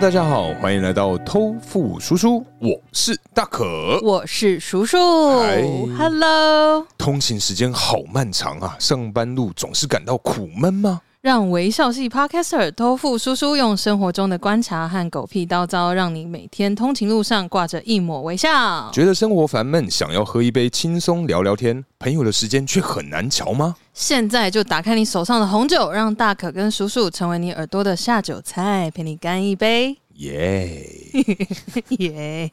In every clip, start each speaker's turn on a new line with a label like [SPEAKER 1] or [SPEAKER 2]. [SPEAKER 1] 大家好，欢迎来到偷富叔叔，我是大可。
[SPEAKER 2] 我是叔叔
[SPEAKER 1] 嗨
[SPEAKER 2] ，Hello，
[SPEAKER 1] 通勤时间好漫长啊，上班路总是感到苦闷吗？
[SPEAKER 2] 让微笑系 Podcaster 托付叔叔用生活中的观察和狗屁叨叨，让你每天通勤路上挂着一抹微笑。
[SPEAKER 1] 觉得生活烦闷，想要喝一杯轻松聊聊天，朋友的时间却很难瞧吗？
[SPEAKER 2] 现在就打开你手上的红酒，让大可跟叔叔成为你耳朵的下酒菜，陪你干一杯，
[SPEAKER 1] 耶、
[SPEAKER 2] 耶！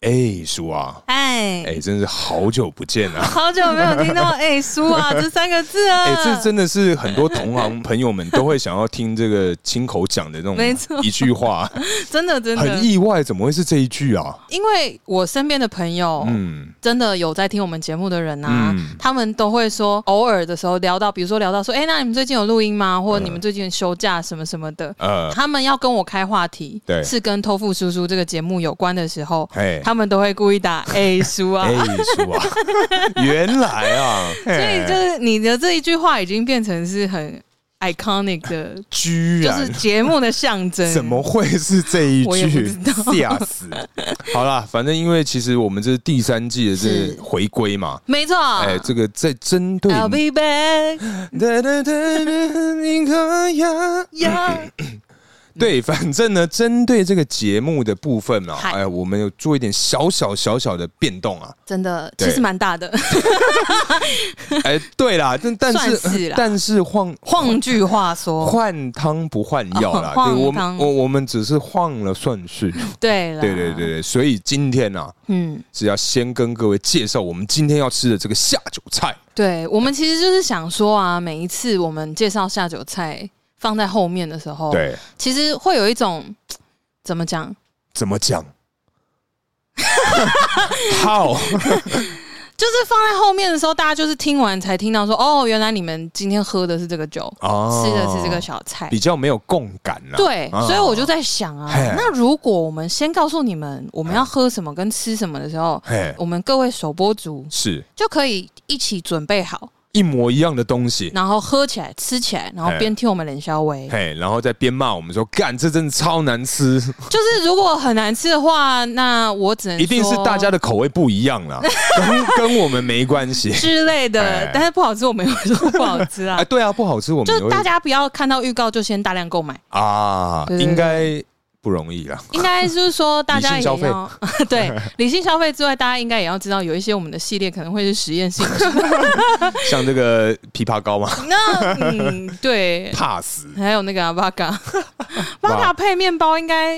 [SPEAKER 1] 哎，叔啊，
[SPEAKER 2] 哎
[SPEAKER 1] 哎，真是好久不见 啊！
[SPEAKER 2] 好久没有 听到哎叔啊这三个字啊，
[SPEAKER 1] 哎，这真的是很多同行朋友们都会想要听这个亲口讲的那
[SPEAKER 2] 没
[SPEAKER 1] 种
[SPEAKER 2] 错
[SPEAKER 1] 一句话，
[SPEAKER 2] 真的 真
[SPEAKER 1] 很
[SPEAKER 2] 的，
[SPEAKER 1] 意外，怎么会是这一句啊？
[SPEAKER 2] 因为我身边的朋友，
[SPEAKER 1] 嗯，
[SPEAKER 2] 真的有在听我们节目的人啊，
[SPEAKER 1] 嗯
[SPEAKER 2] 他们都会说，偶尔的时候聊到，比如说聊到说，哎、那你们最近有录音吗？或者你们最近休假什么什么的，
[SPEAKER 1] 呃，
[SPEAKER 2] 他们要跟我开话题，
[SPEAKER 1] 对
[SPEAKER 2] 是跟《偷富叔叔》这个节目有关的时候，
[SPEAKER 1] 哎，
[SPEAKER 2] 他们都会故 意打 A 叔啊
[SPEAKER 1] 哎、。叔 啊，原来啊，所
[SPEAKER 2] 所以就是你的这一句话已经变成是很 iconic 的，
[SPEAKER 1] 居
[SPEAKER 2] 就
[SPEAKER 1] 然、
[SPEAKER 2] 是节目的象征。
[SPEAKER 1] 怎啊么会是这一
[SPEAKER 2] 我也不知
[SPEAKER 1] 句？
[SPEAKER 2] 道
[SPEAKER 1] 吓死！好啦，反正因为其实我们这是第三季的这
[SPEAKER 2] 是啊哎
[SPEAKER 1] 回归嘛。
[SPEAKER 2] 没错，
[SPEAKER 1] 哎，这个在针对
[SPEAKER 2] I'll be back，
[SPEAKER 1] 哒哒哒哒你可呀
[SPEAKER 2] yeah
[SPEAKER 1] 对，反正呢，针对这个节目的部分啊，
[SPEAKER 2] 嗯嗨
[SPEAKER 1] 哎，我们有做一点小小小小的变动啊。
[SPEAKER 2] 真的，
[SPEAKER 1] 对
[SPEAKER 2] 其实蛮大的，
[SPEAKER 1] 哎，对啦，但但
[SPEAKER 2] 算是
[SPEAKER 1] 是
[SPEAKER 2] 啦
[SPEAKER 1] 但是换
[SPEAKER 2] 换句话说，
[SPEAKER 1] 换汤不换药啦，
[SPEAKER 2] 哦换
[SPEAKER 1] 对我们
[SPEAKER 2] 汤
[SPEAKER 1] 我我们只是换了顺序，
[SPEAKER 2] 对啊了，
[SPEAKER 1] 对对对，对，所以今天啊
[SPEAKER 2] 嗯，
[SPEAKER 1] 是要先跟各位介绍我们今天要吃的这个下酒菜，
[SPEAKER 2] 对，我们其实就是想说啊，每一次我们介绍下酒菜放在后面的时候，
[SPEAKER 1] 对，
[SPEAKER 2] 其实会有一种怎么讲，
[SPEAKER 1] 怎么 讲？How？
[SPEAKER 2] 就是放在后面的时候，大家就是听完才听到说，哦，原来你们今天喝的是这个酒，
[SPEAKER 1] 哦
[SPEAKER 2] 吃的是这个小菜
[SPEAKER 1] 比。较没有共感啦。
[SPEAKER 2] 对，
[SPEAKER 1] 啊
[SPEAKER 2] 所以我就在想啊
[SPEAKER 1] 嘿，
[SPEAKER 2] 那如果我们先告诉你们我们要喝什么跟吃什么的时候，
[SPEAKER 1] 嘿，
[SPEAKER 2] 我们各位首播族
[SPEAKER 1] 是
[SPEAKER 2] 就可以一起准备好，
[SPEAKER 1] 一模一样的东西。
[SPEAKER 2] 然后喝起来、吃起来，然后
[SPEAKER 1] 嘿
[SPEAKER 2] 边听我们冷笑微。
[SPEAKER 1] 嘿，然后再边骂我们说：“干，这真的超难 吃，
[SPEAKER 2] 就是如果很难吃的话，那我只能
[SPEAKER 1] 一定是
[SPEAKER 2] 说
[SPEAKER 1] 大家的口味不一样 啦，跟跟我们没关系。
[SPEAKER 2] 之类
[SPEAKER 1] 哎
[SPEAKER 2] 的，但是不好吃，我没有说不好吃”啊
[SPEAKER 1] 哎，。 对啊，不好吃我们
[SPEAKER 2] 就
[SPEAKER 1] 也
[SPEAKER 2] 是
[SPEAKER 1] 会
[SPEAKER 2] 大家不要看到预告就先大量购 买，
[SPEAKER 1] 啊，
[SPEAKER 2] 对对对
[SPEAKER 1] 应该不容易啊 啦。
[SPEAKER 2] 应该就是说大家
[SPEAKER 1] 理
[SPEAKER 2] 也
[SPEAKER 1] 性消费
[SPEAKER 2] 要 对理性消费之外，大家应该也要知道有一些我们的系列可能会是实验性质。
[SPEAKER 1] 像这个枇杷膏嘛，
[SPEAKER 2] 那嗯，对，
[SPEAKER 1] 怕死，
[SPEAKER 2] 还有那个阿巴 嘎，巴嘎配面包应该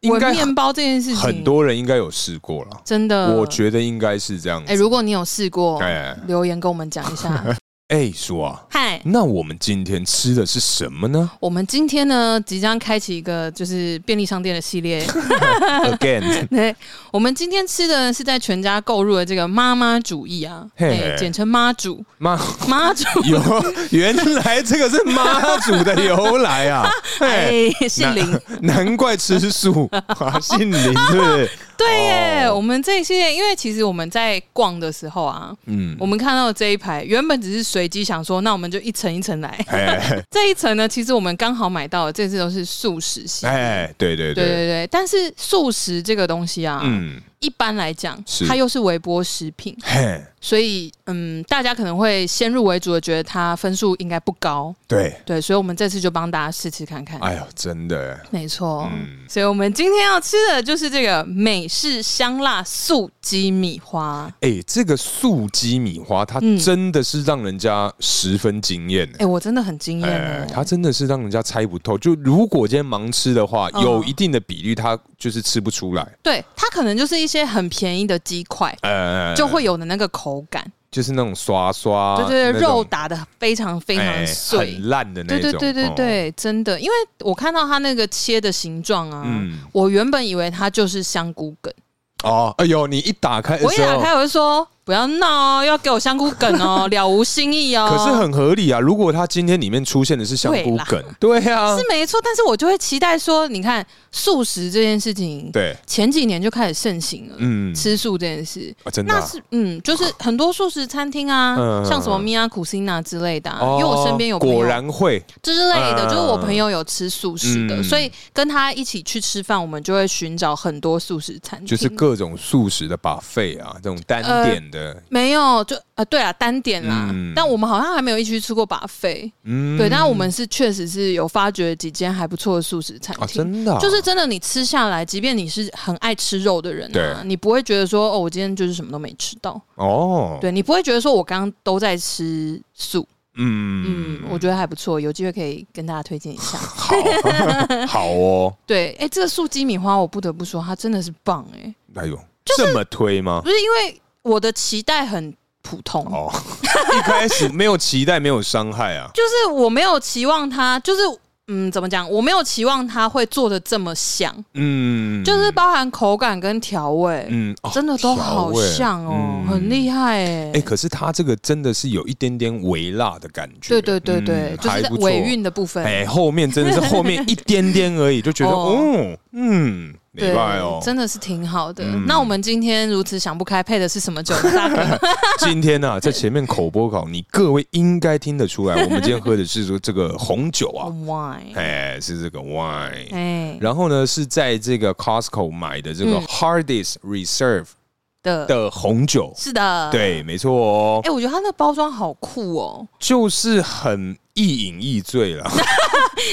[SPEAKER 1] 应该
[SPEAKER 2] 闻面包这件事情
[SPEAKER 1] 很多人应该有试过了，
[SPEAKER 2] 真的，
[SPEAKER 1] 我觉得应该是这样
[SPEAKER 2] 哎，
[SPEAKER 1] 子。
[SPEAKER 2] 如果你有试过，
[SPEAKER 1] 哎
[SPEAKER 2] 留言跟我们讲 一下。
[SPEAKER 1] 哎，叔啊，
[SPEAKER 2] 嗨，
[SPEAKER 1] 那我们今天吃的是什么 呢
[SPEAKER 2] 我们今天呢即将开启一个就是便利商店的 系列。
[SPEAKER 1] ？Again，
[SPEAKER 2] 对，我们今天吃的是在全家购入的这个妈妈主义啊，
[SPEAKER 1] 嘿
[SPEAKER 2] 对，简称妈主，
[SPEAKER 1] 妈，
[SPEAKER 2] 妈 主。
[SPEAKER 1] 有，原来这个是妈祖的由来啊！哎，
[SPEAKER 2] 哎，姓林，
[SPEAKER 1] 难怪吃 素啊，姓林是不是？
[SPEAKER 2] 对耶！
[SPEAKER 1] 哦
[SPEAKER 2] 我们这一系列，因为其实我们在逛的时候啊，
[SPEAKER 1] 嗯，
[SPEAKER 2] 我们看到这一排，原本只是随机想说，那我们就一层一层 来。
[SPEAKER 1] 哎
[SPEAKER 2] 这一层呢，其实我们刚好买到的，这次都是素食系。
[SPEAKER 1] 哎，对对
[SPEAKER 2] 对
[SPEAKER 1] 对，
[SPEAKER 2] 对对，但是素食这个东西啊，
[SPEAKER 1] 嗯，
[SPEAKER 2] 一般来讲
[SPEAKER 1] 是，
[SPEAKER 2] 它又是微波食品，
[SPEAKER 1] 嘿，
[SPEAKER 2] 所以嗯，大家可能会先入为主的觉得它分数应该不高，
[SPEAKER 1] 对，
[SPEAKER 2] 对，所以我们这次就帮大家试吃看看。
[SPEAKER 1] 哎呦，真的哎，
[SPEAKER 2] 没错，
[SPEAKER 1] 嗯
[SPEAKER 2] 所以我们今天要吃的就是这个美式香辣素鸡米花。
[SPEAKER 1] 哎、这个素鸡米花，它
[SPEAKER 2] 嗯
[SPEAKER 1] 真的是让人家十分惊艳、
[SPEAKER 2] 哎、我真的很惊艳
[SPEAKER 1] 哎、
[SPEAKER 2] 哎，
[SPEAKER 1] 它真的是让人家猜不透。就如果今天盲吃的话，
[SPEAKER 2] 嗯
[SPEAKER 1] 有一定的比率它就是吃不出来，
[SPEAKER 2] 对，它可能就是一些很便宜的鸡块。
[SPEAKER 1] 呃，
[SPEAKER 2] 就会有的那个口感，
[SPEAKER 1] 就是那种刷刷，
[SPEAKER 2] 对对
[SPEAKER 1] 那
[SPEAKER 2] 对，
[SPEAKER 1] 种
[SPEAKER 2] 肉打的非常非常
[SPEAKER 1] 啊哎
[SPEAKER 2] 碎，
[SPEAKER 1] 很烂的那
[SPEAKER 2] 对
[SPEAKER 1] 种，
[SPEAKER 2] 对对对
[SPEAKER 1] 哦，
[SPEAKER 2] 对，真的，因为我看到它那个切的形状啊，
[SPEAKER 1] 嗯，
[SPEAKER 2] 我原本以为它就是香菇梗，
[SPEAKER 1] 哦，哎呦，你一打开的
[SPEAKER 2] 我一
[SPEAKER 1] 时
[SPEAKER 2] 打
[SPEAKER 1] 候
[SPEAKER 2] 开。我就说不要闹哦，要给我香菇梗 哦，了无新意哦。
[SPEAKER 1] 可是很合理啊。如果他今天里面出现的是香菇梗，对啊，
[SPEAKER 2] 是没错，但是我就会期待说，你看素食这件事情，
[SPEAKER 1] 对，
[SPEAKER 2] 前几年就开始盛行了，
[SPEAKER 1] 嗯，
[SPEAKER 2] 吃素这件事。
[SPEAKER 1] 啊真的
[SPEAKER 2] 那
[SPEAKER 1] 啊
[SPEAKER 2] 是嗯，就是很多素食餐厅啊，
[SPEAKER 1] 嗯
[SPEAKER 2] 像什么米亚苦辛娜之类的、啊，
[SPEAKER 1] 哦
[SPEAKER 2] 因为我身边有朋友
[SPEAKER 1] 果然会
[SPEAKER 2] 之类的，
[SPEAKER 1] 嗯
[SPEAKER 2] 就是我朋友有吃素食的，
[SPEAKER 1] 嗯
[SPEAKER 2] 所以跟他一起去吃饭，我们就会寻找很多素食餐厅，
[SPEAKER 1] 就是各种素食的把费啊，这种单
[SPEAKER 2] 呃
[SPEAKER 1] 点的，
[SPEAKER 2] 没有就呃对啊单点啦，
[SPEAKER 1] 嗯
[SPEAKER 2] 但我们好像还没有一起去吃过把费，
[SPEAKER 1] 嗯，
[SPEAKER 2] 对，但我们是确实是有发掘几间还不错的素食餐
[SPEAKER 1] 啊，
[SPEAKER 2] 厅。
[SPEAKER 1] 真的啊
[SPEAKER 2] 就是真的，你吃下来，即便你是很爱吃肉的人啊，
[SPEAKER 1] 对
[SPEAKER 2] 你不会觉得说哦，我今天就是什么都没吃到，
[SPEAKER 1] 哦，，
[SPEAKER 2] 对你不会觉得说我刚刚都在吃素，
[SPEAKER 1] 嗯
[SPEAKER 2] 嗯，我觉得还不错，有机会可以跟大家推荐一下。
[SPEAKER 1] 好
[SPEAKER 2] 嗯
[SPEAKER 1] 好哦，
[SPEAKER 2] 对，哎、这个素鸡米花，我不得不说，它真的是棒哎、
[SPEAKER 1] 哎呦，这么推吗？
[SPEAKER 2] 不是因为我的期待很普通，
[SPEAKER 1] 哦， 一开始没有期待，没有伤害啊，
[SPEAKER 2] 就是我没有期望它，就是嗯，怎么讲，我没有期望它会做的这么像，
[SPEAKER 1] 嗯，
[SPEAKER 2] 就是包含口感跟调味，
[SPEAKER 1] 嗯，哦
[SPEAKER 2] 真的都好像哦，很
[SPEAKER 1] 调
[SPEAKER 2] 厉。
[SPEAKER 1] 味嗯
[SPEAKER 2] 害哎、
[SPEAKER 1] 哎，可是它这个真的是有一点点微辣的感觉，
[SPEAKER 2] 对对对对，
[SPEAKER 1] 嗯
[SPEAKER 2] 就是
[SPEAKER 1] 还
[SPEAKER 2] 在
[SPEAKER 1] 不错
[SPEAKER 2] 尾韵的部分，
[SPEAKER 1] 哎，后面真的是后面一点点而已，就觉得
[SPEAKER 2] 哦
[SPEAKER 1] 哦，嗯，
[SPEAKER 2] 对
[SPEAKER 1] 礼拜哦，
[SPEAKER 2] 真的是挺好的。
[SPEAKER 1] 嗯
[SPEAKER 2] 那我们今天如此想不开，配的是什么酒 呢？大哥，
[SPEAKER 1] 今天呢、啊，在前面口播稿，你各位应该听得出来，我们今天喝的是说这个红酒 啊，
[SPEAKER 2] wine，
[SPEAKER 1] 哎，是这个 wine。
[SPEAKER 2] 哎
[SPEAKER 1] 然后呢，是在这个 Costco 买的这个
[SPEAKER 2] 嗯
[SPEAKER 1] Hardest Reserve
[SPEAKER 2] 的，
[SPEAKER 1] 的红酒，
[SPEAKER 2] 是的，。
[SPEAKER 1] 对，没错哦
[SPEAKER 2] 哎、，我觉得它那包装好酷哦！
[SPEAKER 1] 就是很一饮易醉了。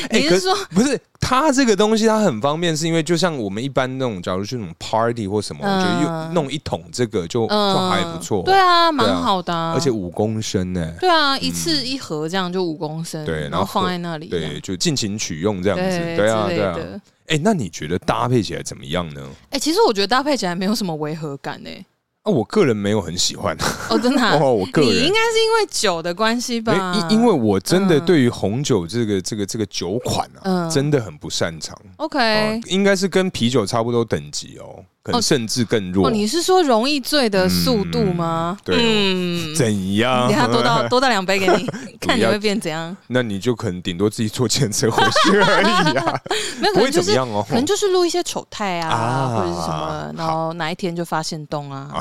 [SPEAKER 1] 哎
[SPEAKER 2] 你
[SPEAKER 1] 可
[SPEAKER 2] 是说
[SPEAKER 1] 不是它这个东西，它很方便，是因为就像我们一般那种，假如去那种 party 或什么，我觉得
[SPEAKER 2] 嗯
[SPEAKER 1] 又弄一桶这个就就还不错，
[SPEAKER 2] 对啊，蛮
[SPEAKER 1] 对啊
[SPEAKER 2] 好的、啊
[SPEAKER 1] 而且五公升呢、
[SPEAKER 2] 对啊，一次一盒这样就五公升，
[SPEAKER 1] 对
[SPEAKER 2] 然
[SPEAKER 1] 然后
[SPEAKER 2] 放在那里，
[SPEAKER 1] 对，，就尽情取用这样子，
[SPEAKER 2] 啊对
[SPEAKER 1] 对啊，
[SPEAKER 2] 之类
[SPEAKER 1] 对啊。
[SPEAKER 2] 的。
[SPEAKER 1] 哎、那你觉得搭配起来怎么样呢？
[SPEAKER 2] 哎、其实我觉得搭配起来没有什么违和感诶、
[SPEAKER 1] 啊，我个人没有很喜欢，
[SPEAKER 2] 哦，真的 啊、
[SPEAKER 1] 哦，我个
[SPEAKER 2] 你应
[SPEAKER 1] 人
[SPEAKER 2] 该是因为酒的关系
[SPEAKER 1] 没
[SPEAKER 2] 吧？
[SPEAKER 1] 因因为我真的
[SPEAKER 2] 嗯
[SPEAKER 1] 对于红酒这个这个这个酒款啊，
[SPEAKER 2] 嗯
[SPEAKER 1] 真的很不擅长。啊
[SPEAKER 2] OK，、
[SPEAKER 1] 应该是跟啤酒差不多等级哦，可能
[SPEAKER 2] 哦
[SPEAKER 1] 甚至更弱。
[SPEAKER 2] 哦，你是说容易醉的速度吗？
[SPEAKER 1] 嗯对
[SPEAKER 2] 嗯
[SPEAKER 1] 怎样
[SPEAKER 2] 等一？下多 倒多倒两杯给你，看你会变怎样？
[SPEAKER 1] 那你就可能顶多自己坐检测回去而已啊，
[SPEAKER 2] 没有，
[SPEAKER 1] 不
[SPEAKER 2] 可
[SPEAKER 1] 会
[SPEAKER 2] 能就
[SPEAKER 1] 怎么
[SPEAKER 2] 是
[SPEAKER 1] 样哦
[SPEAKER 2] 可。能就是录一些丑态啊，
[SPEAKER 1] 啊
[SPEAKER 2] 或者是什么，然后哪一天就发现洞啊。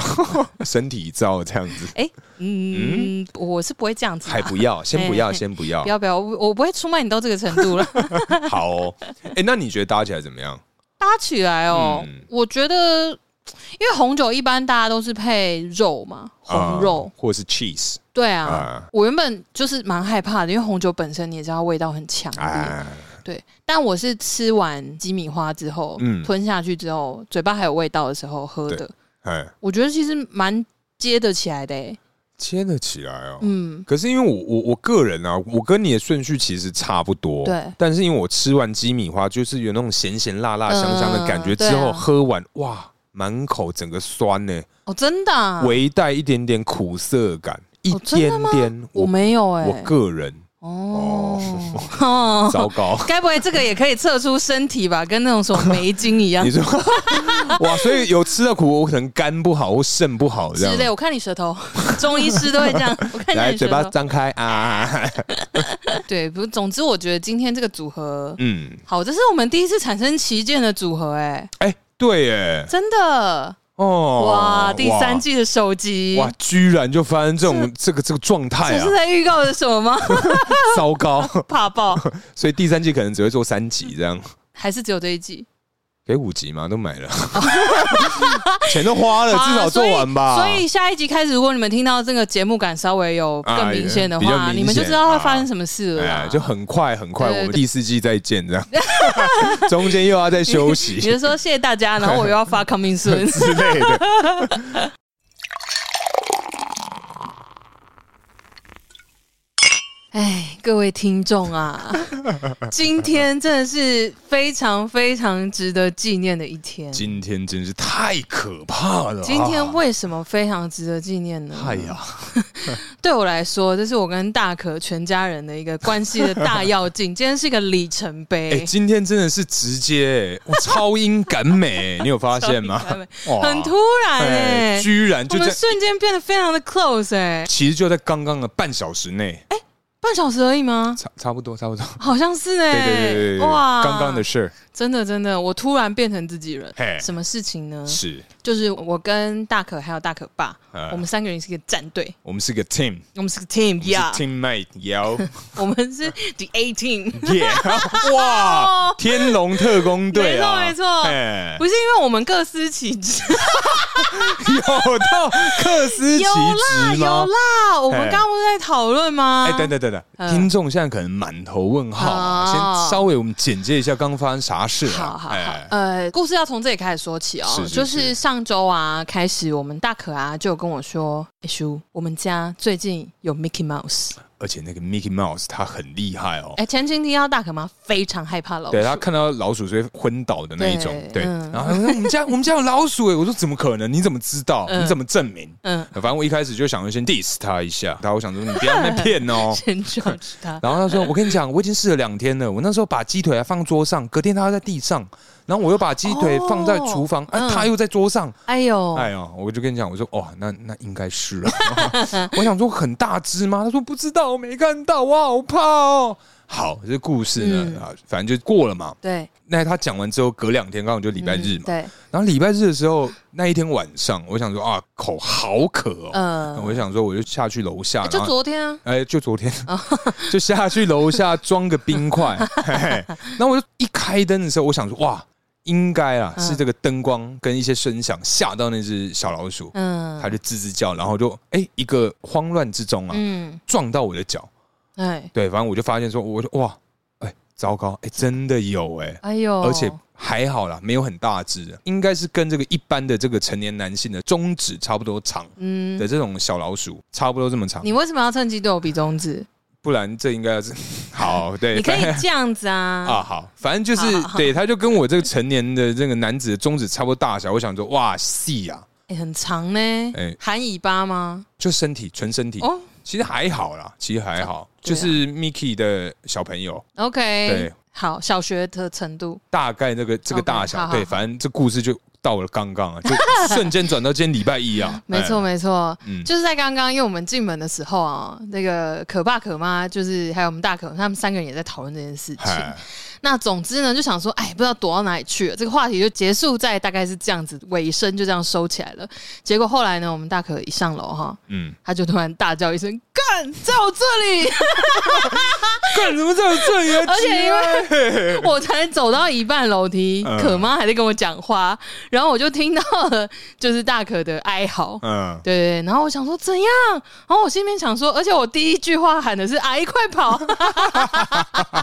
[SPEAKER 1] 身体照这样子，
[SPEAKER 2] 嗯，我是不会这样子、啊，
[SPEAKER 1] 还不要，先不
[SPEAKER 2] 哎
[SPEAKER 1] 要，先不要
[SPEAKER 2] 不。要不 要，我我不会出卖你到这个程度了。
[SPEAKER 1] 好哦，哎，那你觉得搭起来怎么样？
[SPEAKER 2] 搭起来哦，
[SPEAKER 1] 嗯
[SPEAKER 2] 我觉得，因为红酒一般大家都是配肉嘛，红肉
[SPEAKER 1] 啊，或是 cheese
[SPEAKER 2] 对啊。
[SPEAKER 1] 啊
[SPEAKER 2] 我原本就是蛮害怕的，因为红酒本身你也知道味道很强烈，
[SPEAKER 1] 啊，
[SPEAKER 2] 对。但我是吃完鸡米花之后，
[SPEAKER 1] 嗯
[SPEAKER 2] 吞下去之后，嘴巴还有味道的时候喝的
[SPEAKER 1] 对，哎，
[SPEAKER 2] 我觉得其实蛮接得起来的、欸。
[SPEAKER 1] 接得起来哦。
[SPEAKER 2] 嗯，
[SPEAKER 1] 可是因为我我我个人啊，我跟你的顺序其实差不多，
[SPEAKER 2] 对
[SPEAKER 1] 但是因为我吃完鸡米花，就是有那种咸咸辣辣、
[SPEAKER 2] 嗯
[SPEAKER 1] 香香的感觉，
[SPEAKER 2] 对啊
[SPEAKER 1] 之后喝完，哇，满口整个酸呢、
[SPEAKER 2] 哦，真的、啊，
[SPEAKER 1] 微带一点点苦涩感，一
[SPEAKER 2] 哦真
[SPEAKER 1] 点
[SPEAKER 2] 的吗
[SPEAKER 1] 点。
[SPEAKER 2] 我没有哎、
[SPEAKER 1] 我个人
[SPEAKER 2] 哦
[SPEAKER 1] 哦
[SPEAKER 2] 哦，
[SPEAKER 1] 糟
[SPEAKER 2] ，
[SPEAKER 1] 糕
[SPEAKER 2] 该不会这个也可以测出身体吧？跟那种什么梅精一 样
[SPEAKER 1] 你说哇，所以有吃的苦，我可能肝不好或肾不好这
[SPEAKER 2] 之类。
[SPEAKER 1] 样。
[SPEAKER 2] 我看你舌头， 中医师都会这 样。我看一下
[SPEAKER 1] 来，
[SPEAKER 2] 你舌
[SPEAKER 1] 嘴巴
[SPEAKER 2] 头。
[SPEAKER 1] 张开啊！
[SPEAKER 2] 对，不，总之我觉得今天这个组合
[SPEAKER 1] 嗯，
[SPEAKER 2] 好，这是我们第一次产生旗舰的组合、哎，
[SPEAKER 1] 哎，对，哎，
[SPEAKER 2] 真的
[SPEAKER 1] 哦，
[SPEAKER 2] 哇！第三
[SPEAKER 1] 哇
[SPEAKER 2] 季的首集，
[SPEAKER 1] 哇，居然就发生这种这个这个状态
[SPEAKER 2] 这
[SPEAKER 1] 啊
[SPEAKER 2] 是！在预告着什 么吗？
[SPEAKER 1] 糟糕，
[SPEAKER 2] 怕爆，
[SPEAKER 1] 所以第三季可能只会做三集这样，
[SPEAKER 2] 还是只有这一季？
[SPEAKER 1] 给五集嘛，都买了， 钱都花了，
[SPEAKER 2] 啊
[SPEAKER 1] 呃至少做完吧。哎
[SPEAKER 2] 所以所以下一集开始，如果你们听到这个节目感稍微有更
[SPEAKER 1] 啊
[SPEAKER 2] 明显的
[SPEAKER 1] 比较
[SPEAKER 2] 话，
[SPEAKER 1] 明显
[SPEAKER 2] 你们就知道会发生什么事了
[SPEAKER 1] 哎
[SPEAKER 2] 啦、
[SPEAKER 1] 呀，就很快很快，
[SPEAKER 2] 对对
[SPEAKER 1] 我们第四季再见这 样，中间又要再休
[SPEAKER 2] 你
[SPEAKER 1] 息
[SPEAKER 2] 就说谢谢大 家，然后我又要发 coming soon。
[SPEAKER 1] 之类的。
[SPEAKER 2] 哎，各位听 众啊，今天真的是非常非常值得纪念的一天。
[SPEAKER 1] 今天真是太可怕了啊、
[SPEAKER 2] 今天为什么非常值得纪念呢？
[SPEAKER 1] 哎呀，
[SPEAKER 2] 对我来说，这是我跟大可全家人的一个关系的大要进。今天是一个里程碑，
[SPEAKER 1] 哎、今天真的是直接、欸，我超英赶美、你有发现哎吗？哇
[SPEAKER 2] 很突然哎、
[SPEAKER 1] 哎居然
[SPEAKER 2] 我
[SPEAKER 1] 就
[SPEAKER 2] 们
[SPEAKER 1] 在，
[SPEAKER 2] 瞬间变得非常的 close 哎、
[SPEAKER 1] 其实就在刚刚的半小时内，
[SPEAKER 2] 半小时而已吗？
[SPEAKER 1] 差差不多，差不多。
[SPEAKER 2] 好像是哎、
[SPEAKER 1] 对对对对对，
[SPEAKER 2] 哇，
[SPEAKER 1] 刚刚的事儿
[SPEAKER 2] 真的真的，我突然变成自己人
[SPEAKER 1] 嘿，
[SPEAKER 2] 什么事情呢？
[SPEAKER 1] 是，
[SPEAKER 2] 就是我跟大可还有大可爸，
[SPEAKER 1] 呃
[SPEAKER 2] 我们三个人是一个战队，
[SPEAKER 1] 我们是个 team，
[SPEAKER 2] 我们是个 team
[SPEAKER 1] 是
[SPEAKER 2] 呀，
[SPEAKER 1] teammate，有
[SPEAKER 2] 我们是 the A team。
[SPEAKER 1] 嗯 yeah，哇，天龙特工队啊，
[SPEAKER 2] 哦没错没错
[SPEAKER 1] 哎
[SPEAKER 2] 不是因为我们各司其职，
[SPEAKER 1] 有到克斯奇
[SPEAKER 2] 有啦
[SPEAKER 1] 职
[SPEAKER 2] 有
[SPEAKER 1] 吗？
[SPEAKER 2] 啦，我们
[SPEAKER 1] 嘿
[SPEAKER 2] 刚刚不是在讨论吗？
[SPEAKER 1] 哎，等等等等，
[SPEAKER 2] 嗯
[SPEAKER 1] 听众现在可能满头问号啊，
[SPEAKER 2] 哦
[SPEAKER 1] 先稍微我们简介一下刚发生啥事啊。
[SPEAKER 2] 好好好
[SPEAKER 1] 哎，
[SPEAKER 2] 呃，故事要从这里开始说起哦。
[SPEAKER 1] 是是
[SPEAKER 2] 就是是上周啊，开始我们大可啊就有跟我说，哎、叔，我们家最近有 Mickey Mouse。
[SPEAKER 1] 而且那个 Mickey Mouse 他很厉害哦
[SPEAKER 2] 哎、，前情提要，大可妈非常害怕老鼠。
[SPEAKER 1] 对他看到老鼠是会昏倒的那一种，对。
[SPEAKER 2] 对嗯
[SPEAKER 1] 然后他说我们家我们家有老鼠哎，我说怎么可能？你怎么知道？
[SPEAKER 2] 嗯
[SPEAKER 1] 你怎么证明？
[SPEAKER 2] 嗯，。
[SPEAKER 1] 反正我一开始就想要先 diss 他一下，然后我想说你不要被骗哦
[SPEAKER 2] 先 judge 他。
[SPEAKER 1] 然后他说：“我跟你讲，我已经试了两天了。我那时候把鸡腿还放桌上，隔天他在地上，然后我又把鸡腿放在厨房，
[SPEAKER 2] 哦
[SPEAKER 1] 啊，
[SPEAKER 2] 嗯
[SPEAKER 1] 他又在桌上。
[SPEAKER 2] 哎 呦，
[SPEAKER 1] 哎呀，我就跟你讲，我说哇，那那应该是了。我想说很大只吗？他说不知道，我没看到，我好怕哦。好，这故事呢，
[SPEAKER 2] 嗯
[SPEAKER 1] 啊，反正就过了嘛。
[SPEAKER 2] 对，
[SPEAKER 1] 那他讲完之后，隔两天刚好就礼拜日
[SPEAKER 2] 嗯
[SPEAKER 1] 嘛。
[SPEAKER 2] 对，
[SPEAKER 1] 然后礼拜日的时候，那一天晚上，我想说啊，口好渴哦。
[SPEAKER 2] 嗯、
[SPEAKER 1] 我就想说，我就下去楼下，嗯
[SPEAKER 2] 就
[SPEAKER 1] 然后
[SPEAKER 2] 昨天啊，
[SPEAKER 1] 哎，就昨天， 就下去楼下装个冰 块。嘿嘿然后我就一开灯的时候，我想说，哇，应该啊，
[SPEAKER 2] 嗯
[SPEAKER 1] 是这个灯光跟一些声响吓到那只小老鼠，
[SPEAKER 2] 嗯
[SPEAKER 1] 它就吱吱叫，然后就哎一个慌乱之中啊，
[SPEAKER 2] 嗯，
[SPEAKER 1] 撞到我的脚。
[SPEAKER 2] 哎，
[SPEAKER 1] 对，反正我就发现说，我就哇，哎，糟糕，哎，真的有哎，
[SPEAKER 2] 哎呦，
[SPEAKER 1] 而且还好啦，没有很大只，应该是跟这个一般的这个成年男性的中指差不多长
[SPEAKER 2] 嗯，
[SPEAKER 1] 的这种小老鼠，差不多这么长
[SPEAKER 2] 你。为什么要趁机对我比中指？
[SPEAKER 1] 不然这应该是 好对，
[SPEAKER 2] 你可以
[SPEAKER 1] 反
[SPEAKER 2] 这样子 啊。
[SPEAKER 1] 啊，好，反正就是
[SPEAKER 2] 好好好
[SPEAKER 1] 对，他就跟我这个成年的这个男子的中指差不多大小，我想说哇细啊，
[SPEAKER 2] 哎很长呢，
[SPEAKER 1] 哎
[SPEAKER 2] 含尾巴吗？
[SPEAKER 1] 就身体纯身体，
[SPEAKER 2] 哦
[SPEAKER 1] 其实还好啦，其实还好，就
[SPEAKER 2] 对啊
[SPEAKER 1] 是 Mickey 的小朋友，
[SPEAKER 2] ，OK，
[SPEAKER 1] 对，
[SPEAKER 2] 好，小学的程度，
[SPEAKER 1] 大概那个这个
[SPEAKER 2] OK，
[SPEAKER 1] 大小
[SPEAKER 2] 好，好
[SPEAKER 1] 对，
[SPEAKER 2] 好
[SPEAKER 1] 反正这故事就到了刚刚啊，就 瞬间转到今天礼拜一啊，
[SPEAKER 2] 没错
[SPEAKER 1] 哎，
[SPEAKER 2] 没错，
[SPEAKER 1] 嗯
[SPEAKER 2] 就是在刚刚，因为我们进门的时候啊，那个可爸可妈，就是还有我们大可，他们三个人也在讨论这件事情。
[SPEAKER 1] 哎
[SPEAKER 2] 那总之呢，就想说，哎，不知道躲到哪里去了，这个话题就结束在大概是这样子，尾声就这样收起来了。结果后来呢，我们大可一上楼哈，
[SPEAKER 1] 嗯，
[SPEAKER 2] 他就突然大叫一声：“干，在我这里！”
[SPEAKER 1] 干什么在我这里啊？
[SPEAKER 2] 而且因为 我才走到一半楼梯，
[SPEAKER 1] 嗯
[SPEAKER 2] 可妈还在跟我讲话，然后我就听到了就是大可的哀嚎。
[SPEAKER 1] 嗯，
[SPEAKER 2] 对对，对然后我想说怎样，然后我心里面想说，而且我第一句话喊的是“阿姨快跑”， 我说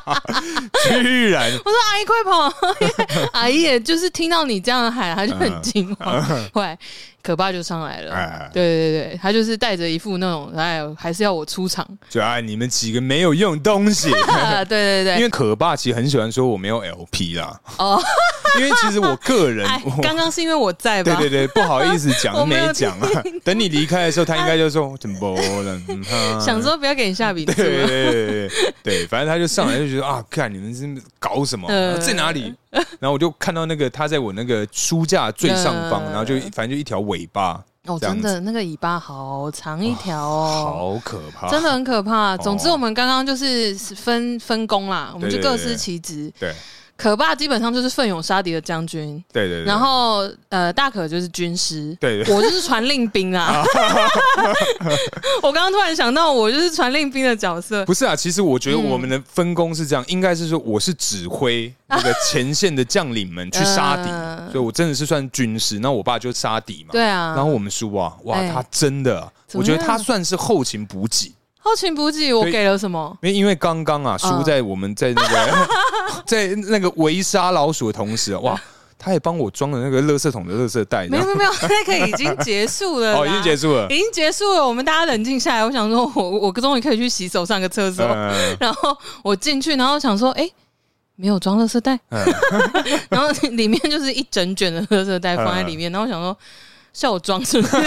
[SPEAKER 1] 居然
[SPEAKER 2] “阿姨快跑”， 因为阿姨也就是听到你这样喊，她就很惊慌。 后来可爸就上来
[SPEAKER 1] 嗯哎
[SPEAKER 2] 了，对对对，他就是带着一副那种哎，还是要我出场，
[SPEAKER 1] 就爱你们几个没有用的东西。
[SPEAKER 2] 啊 对对
[SPEAKER 1] 因
[SPEAKER 2] 对，
[SPEAKER 1] 为可爸其实很喜欢说我没有 LP 啦，
[SPEAKER 2] 哦，
[SPEAKER 1] 因为其实我个人，
[SPEAKER 2] 哎
[SPEAKER 1] 我，
[SPEAKER 2] 刚刚是因为我在
[SPEAKER 1] 对
[SPEAKER 2] 吧？
[SPEAKER 1] 对对，不好意思
[SPEAKER 2] 我
[SPEAKER 1] 讲
[SPEAKER 2] 没有
[SPEAKER 1] 没讲啊。等你离开的时候，他应该就说怎么了？ 嗯哈
[SPEAKER 2] 想说不要给你下笔注
[SPEAKER 1] 对
[SPEAKER 2] 了
[SPEAKER 1] 对对对对对，反正他就上来就觉得啊，看你们是搞什么，
[SPEAKER 2] 呃
[SPEAKER 1] 在哪里？然后我就看到那个他在我那个书架最上方，
[SPEAKER 2] 呃
[SPEAKER 1] 然后就反正就一条尾巴，
[SPEAKER 2] 哦，
[SPEAKER 1] 这样
[SPEAKER 2] 真的，那个尾巴好长一条哦，
[SPEAKER 1] 好可怕，
[SPEAKER 2] 真的很可怕。总之，
[SPEAKER 1] 哦
[SPEAKER 2] 我们刚刚就是分分工啦，我们就
[SPEAKER 1] 对对
[SPEAKER 2] 各
[SPEAKER 1] 对对
[SPEAKER 2] 司其职。
[SPEAKER 1] 对
[SPEAKER 2] 可爸基本上就是奋勇杀敌的将军，
[SPEAKER 1] 对对对，
[SPEAKER 2] 然后呃，大可就是军师。
[SPEAKER 1] 对对
[SPEAKER 2] 我就是传令兵啊！ 我刚刚突然想到，我就是传令兵的角色。
[SPEAKER 1] 不是啊，其实我觉得我们的分工是这样，应该是说我是指 挥那个前线的将领们去杀敌，
[SPEAKER 2] 嗯
[SPEAKER 1] 所以我真的是算军师。那我爸就杀敌嘛，
[SPEAKER 2] 对啊，
[SPEAKER 1] 然后我们输啊，哇，
[SPEAKER 2] 哎
[SPEAKER 1] 他真的啊，
[SPEAKER 2] 怎
[SPEAKER 1] 我
[SPEAKER 2] 么
[SPEAKER 1] 觉
[SPEAKER 2] 样
[SPEAKER 1] 得他算是后勤补给。
[SPEAKER 2] 后勤补给我
[SPEAKER 1] 所以
[SPEAKER 2] 给了什 么？
[SPEAKER 1] 因为因为刚刚啊，输
[SPEAKER 2] 嗯
[SPEAKER 1] 在我们在那个、在那个围杀老鼠的同时啊、哇，他也帮我装了那个垃圾桶的垃圾袋，
[SPEAKER 2] 没
[SPEAKER 1] 然
[SPEAKER 2] 有
[SPEAKER 1] 后
[SPEAKER 2] 没有没有，那个已经结束了，
[SPEAKER 1] 哦，已经结
[SPEAKER 2] 束。
[SPEAKER 1] 束了。
[SPEAKER 2] 已经结束了，我们大家冷静下来。我想说我，我终于可以去洗手、上个厕所。
[SPEAKER 1] 嗯
[SPEAKER 2] 然后我进去，然后想说，哎、没有装垃圾袋，
[SPEAKER 1] 嗯
[SPEAKER 2] 然后里面就是一整卷的垃圾袋
[SPEAKER 1] 嗯
[SPEAKER 2] 放在里面。然后我想说，叫我装是不 是？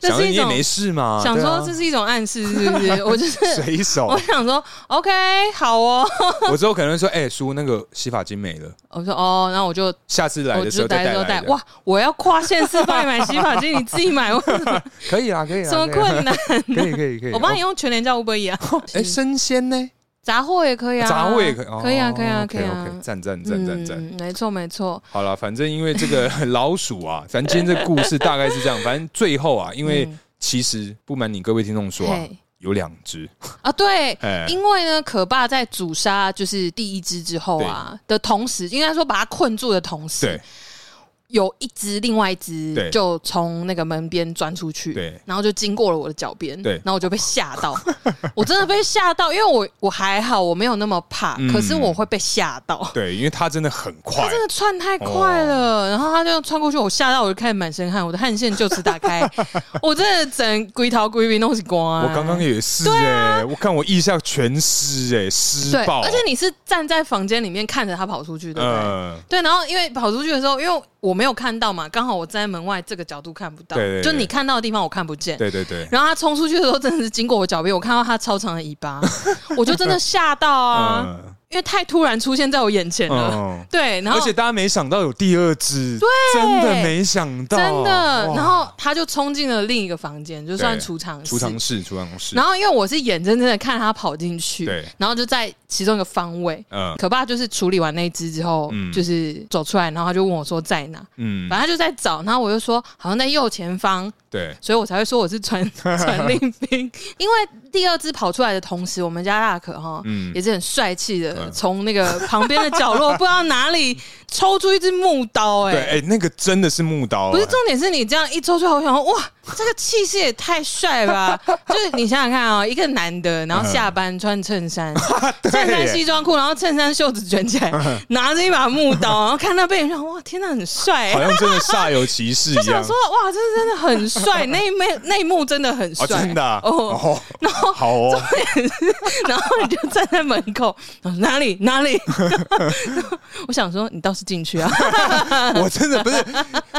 [SPEAKER 2] 这
[SPEAKER 1] 想说
[SPEAKER 2] 是
[SPEAKER 1] 你
[SPEAKER 2] 一
[SPEAKER 1] 也
[SPEAKER 2] 种
[SPEAKER 1] 没事嘛，
[SPEAKER 2] 想
[SPEAKER 1] 对啊啊
[SPEAKER 2] 说这是一种暗示，是不是？ 我就是
[SPEAKER 1] 随手
[SPEAKER 2] 我。想说，OK，好哦。
[SPEAKER 1] 我之后可能会说，哎，叔，那个洗发精没了，
[SPEAKER 2] 我说哦，然后我就
[SPEAKER 1] 下次来
[SPEAKER 2] 我
[SPEAKER 1] 的时
[SPEAKER 2] 就
[SPEAKER 1] 候再带
[SPEAKER 2] 时候
[SPEAKER 1] 来
[SPEAKER 2] 带。
[SPEAKER 1] 的。
[SPEAKER 2] 哇，我要跨县市帮你买洗发精，你自己买，我
[SPEAKER 1] 啊可以啦，可以啦， 啊
[SPEAKER 2] 什么
[SPEAKER 1] 可以啦
[SPEAKER 2] 困难？
[SPEAKER 1] 可以可以可以，
[SPEAKER 2] 我帮你
[SPEAKER 1] 哦。
[SPEAKER 2] 用全联叫 Uber E 啊，
[SPEAKER 1] 哎，生鲜呢？
[SPEAKER 2] 杂货也可以啊，
[SPEAKER 1] 杂货也可以，哦
[SPEAKER 2] 可以啊，可以啊，
[SPEAKER 1] OK，
[SPEAKER 2] 可以啊
[SPEAKER 1] OK，。赞赞赞赞赞。
[SPEAKER 2] 嗯，没错没错，
[SPEAKER 1] 好了，反正因为这个 老鼠啊，咱今天这故事大概是这样。反正最后啊，因为
[SPEAKER 2] 嗯
[SPEAKER 1] 其实不瞒你各位听众说啊，
[SPEAKER 2] 嘿
[SPEAKER 1] 有两只，
[SPEAKER 2] 啊，对，
[SPEAKER 1] 哎，
[SPEAKER 2] 因为呢，可爸在主杀就是第一只之后啊的同时，应该说把它困住的同时
[SPEAKER 1] 对，
[SPEAKER 2] 有一只另外一
[SPEAKER 1] 对
[SPEAKER 2] 只就从那个门边钻出去，
[SPEAKER 1] 对
[SPEAKER 2] 然后就经过了我的脚边，
[SPEAKER 1] 对
[SPEAKER 2] 然后我就被吓到， 我真的被吓到，因为我我还好，我没有那么怕，
[SPEAKER 1] 嗯
[SPEAKER 2] 可是我会被吓到。
[SPEAKER 1] 对，因为它真的很
[SPEAKER 2] 他
[SPEAKER 1] 快，
[SPEAKER 2] 真的窜太快
[SPEAKER 1] 哦
[SPEAKER 2] 了，然后他就窜过去，我吓到，我就开始满身汗，我的汗腺就此打 开，我真的整龟头龟皮弄是啊光。
[SPEAKER 1] 我刚刚也是哎，我看我腋下全湿哎，湿
[SPEAKER 2] 啊对，
[SPEAKER 1] 爆，
[SPEAKER 2] 而且你是站在房间里面看着他跑出去，对不对？
[SPEAKER 1] 嗯，
[SPEAKER 2] 对，然后因为跑出去的时候，因为我没有看到嘛，刚好我站在门外这个角度看不到，
[SPEAKER 1] 对对对
[SPEAKER 2] 就你看到的地方我看不见。
[SPEAKER 1] 对对对，
[SPEAKER 2] 然后他冲出去的时候，真的是经过我脚边，我看到他超长的尾巴， 我就真的吓到 啊，
[SPEAKER 1] 嗯
[SPEAKER 2] 因为太突然出现在我眼前了。
[SPEAKER 1] 嗯，
[SPEAKER 2] 对，然后
[SPEAKER 1] 而且大家没想到有第二只，对，真的没想到，
[SPEAKER 2] 真的，
[SPEAKER 1] 哇
[SPEAKER 2] 然后他就冲进了另一个房间，就算
[SPEAKER 1] 对
[SPEAKER 2] 储藏室。
[SPEAKER 1] 储藏室，储藏室
[SPEAKER 2] 然，后因为我是眼睁睁的看他跑进去
[SPEAKER 1] 对，
[SPEAKER 2] 然后就在其中一个方位。
[SPEAKER 1] 嗯
[SPEAKER 2] 可爸就是处理完那一只之后，
[SPEAKER 1] 嗯
[SPEAKER 2] 就是走出来，然后他就问我说在哪，
[SPEAKER 1] 嗯
[SPEAKER 2] 反，正他就在找，然后我就说好像在右前方，
[SPEAKER 1] 对，
[SPEAKER 2] 所以我才会说我是传 传令兵，因为第二只跑出来的同时，我们家大可哈。
[SPEAKER 1] 嗯
[SPEAKER 2] 也，是很帅气的，
[SPEAKER 1] 嗯
[SPEAKER 2] 从那个旁边的角落不知道哪里抽出一只木刀、
[SPEAKER 1] 对，
[SPEAKER 2] 哎，
[SPEAKER 1] 哎，那个真的是木刀，
[SPEAKER 2] 不是
[SPEAKER 1] 哎
[SPEAKER 2] 重点是你这样一抽出来，我想说哇，这个气势也太帅了 吧！就是你想想看啊、一个男的，然后下班穿 衬衫，衬衫西装裤，然后衬衫袖子卷起
[SPEAKER 1] 嗯
[SPEAKER 2] 来，拿着一把木刀，然后看他背影，想哇，天哪，很帅、哎
[SPEAKER 1] 好像真的煞有其事
[SPEAKER 2] 就
[SPEAKER 1] 一样
[SPEAKER 2] 想说。哇，这真的很 帅，那一幕那一幕真的很帅、
[SPEAKER 1] 哦，真的啊
[SPEAKER 2] 哦。
[SPEAKER 1] 哦，好哦，
[SPEAKER 2] 然后你就站在门口，然后哪里 哪里，我想说你倒是进去啊，
[SPEAKER 1] 我真的不 是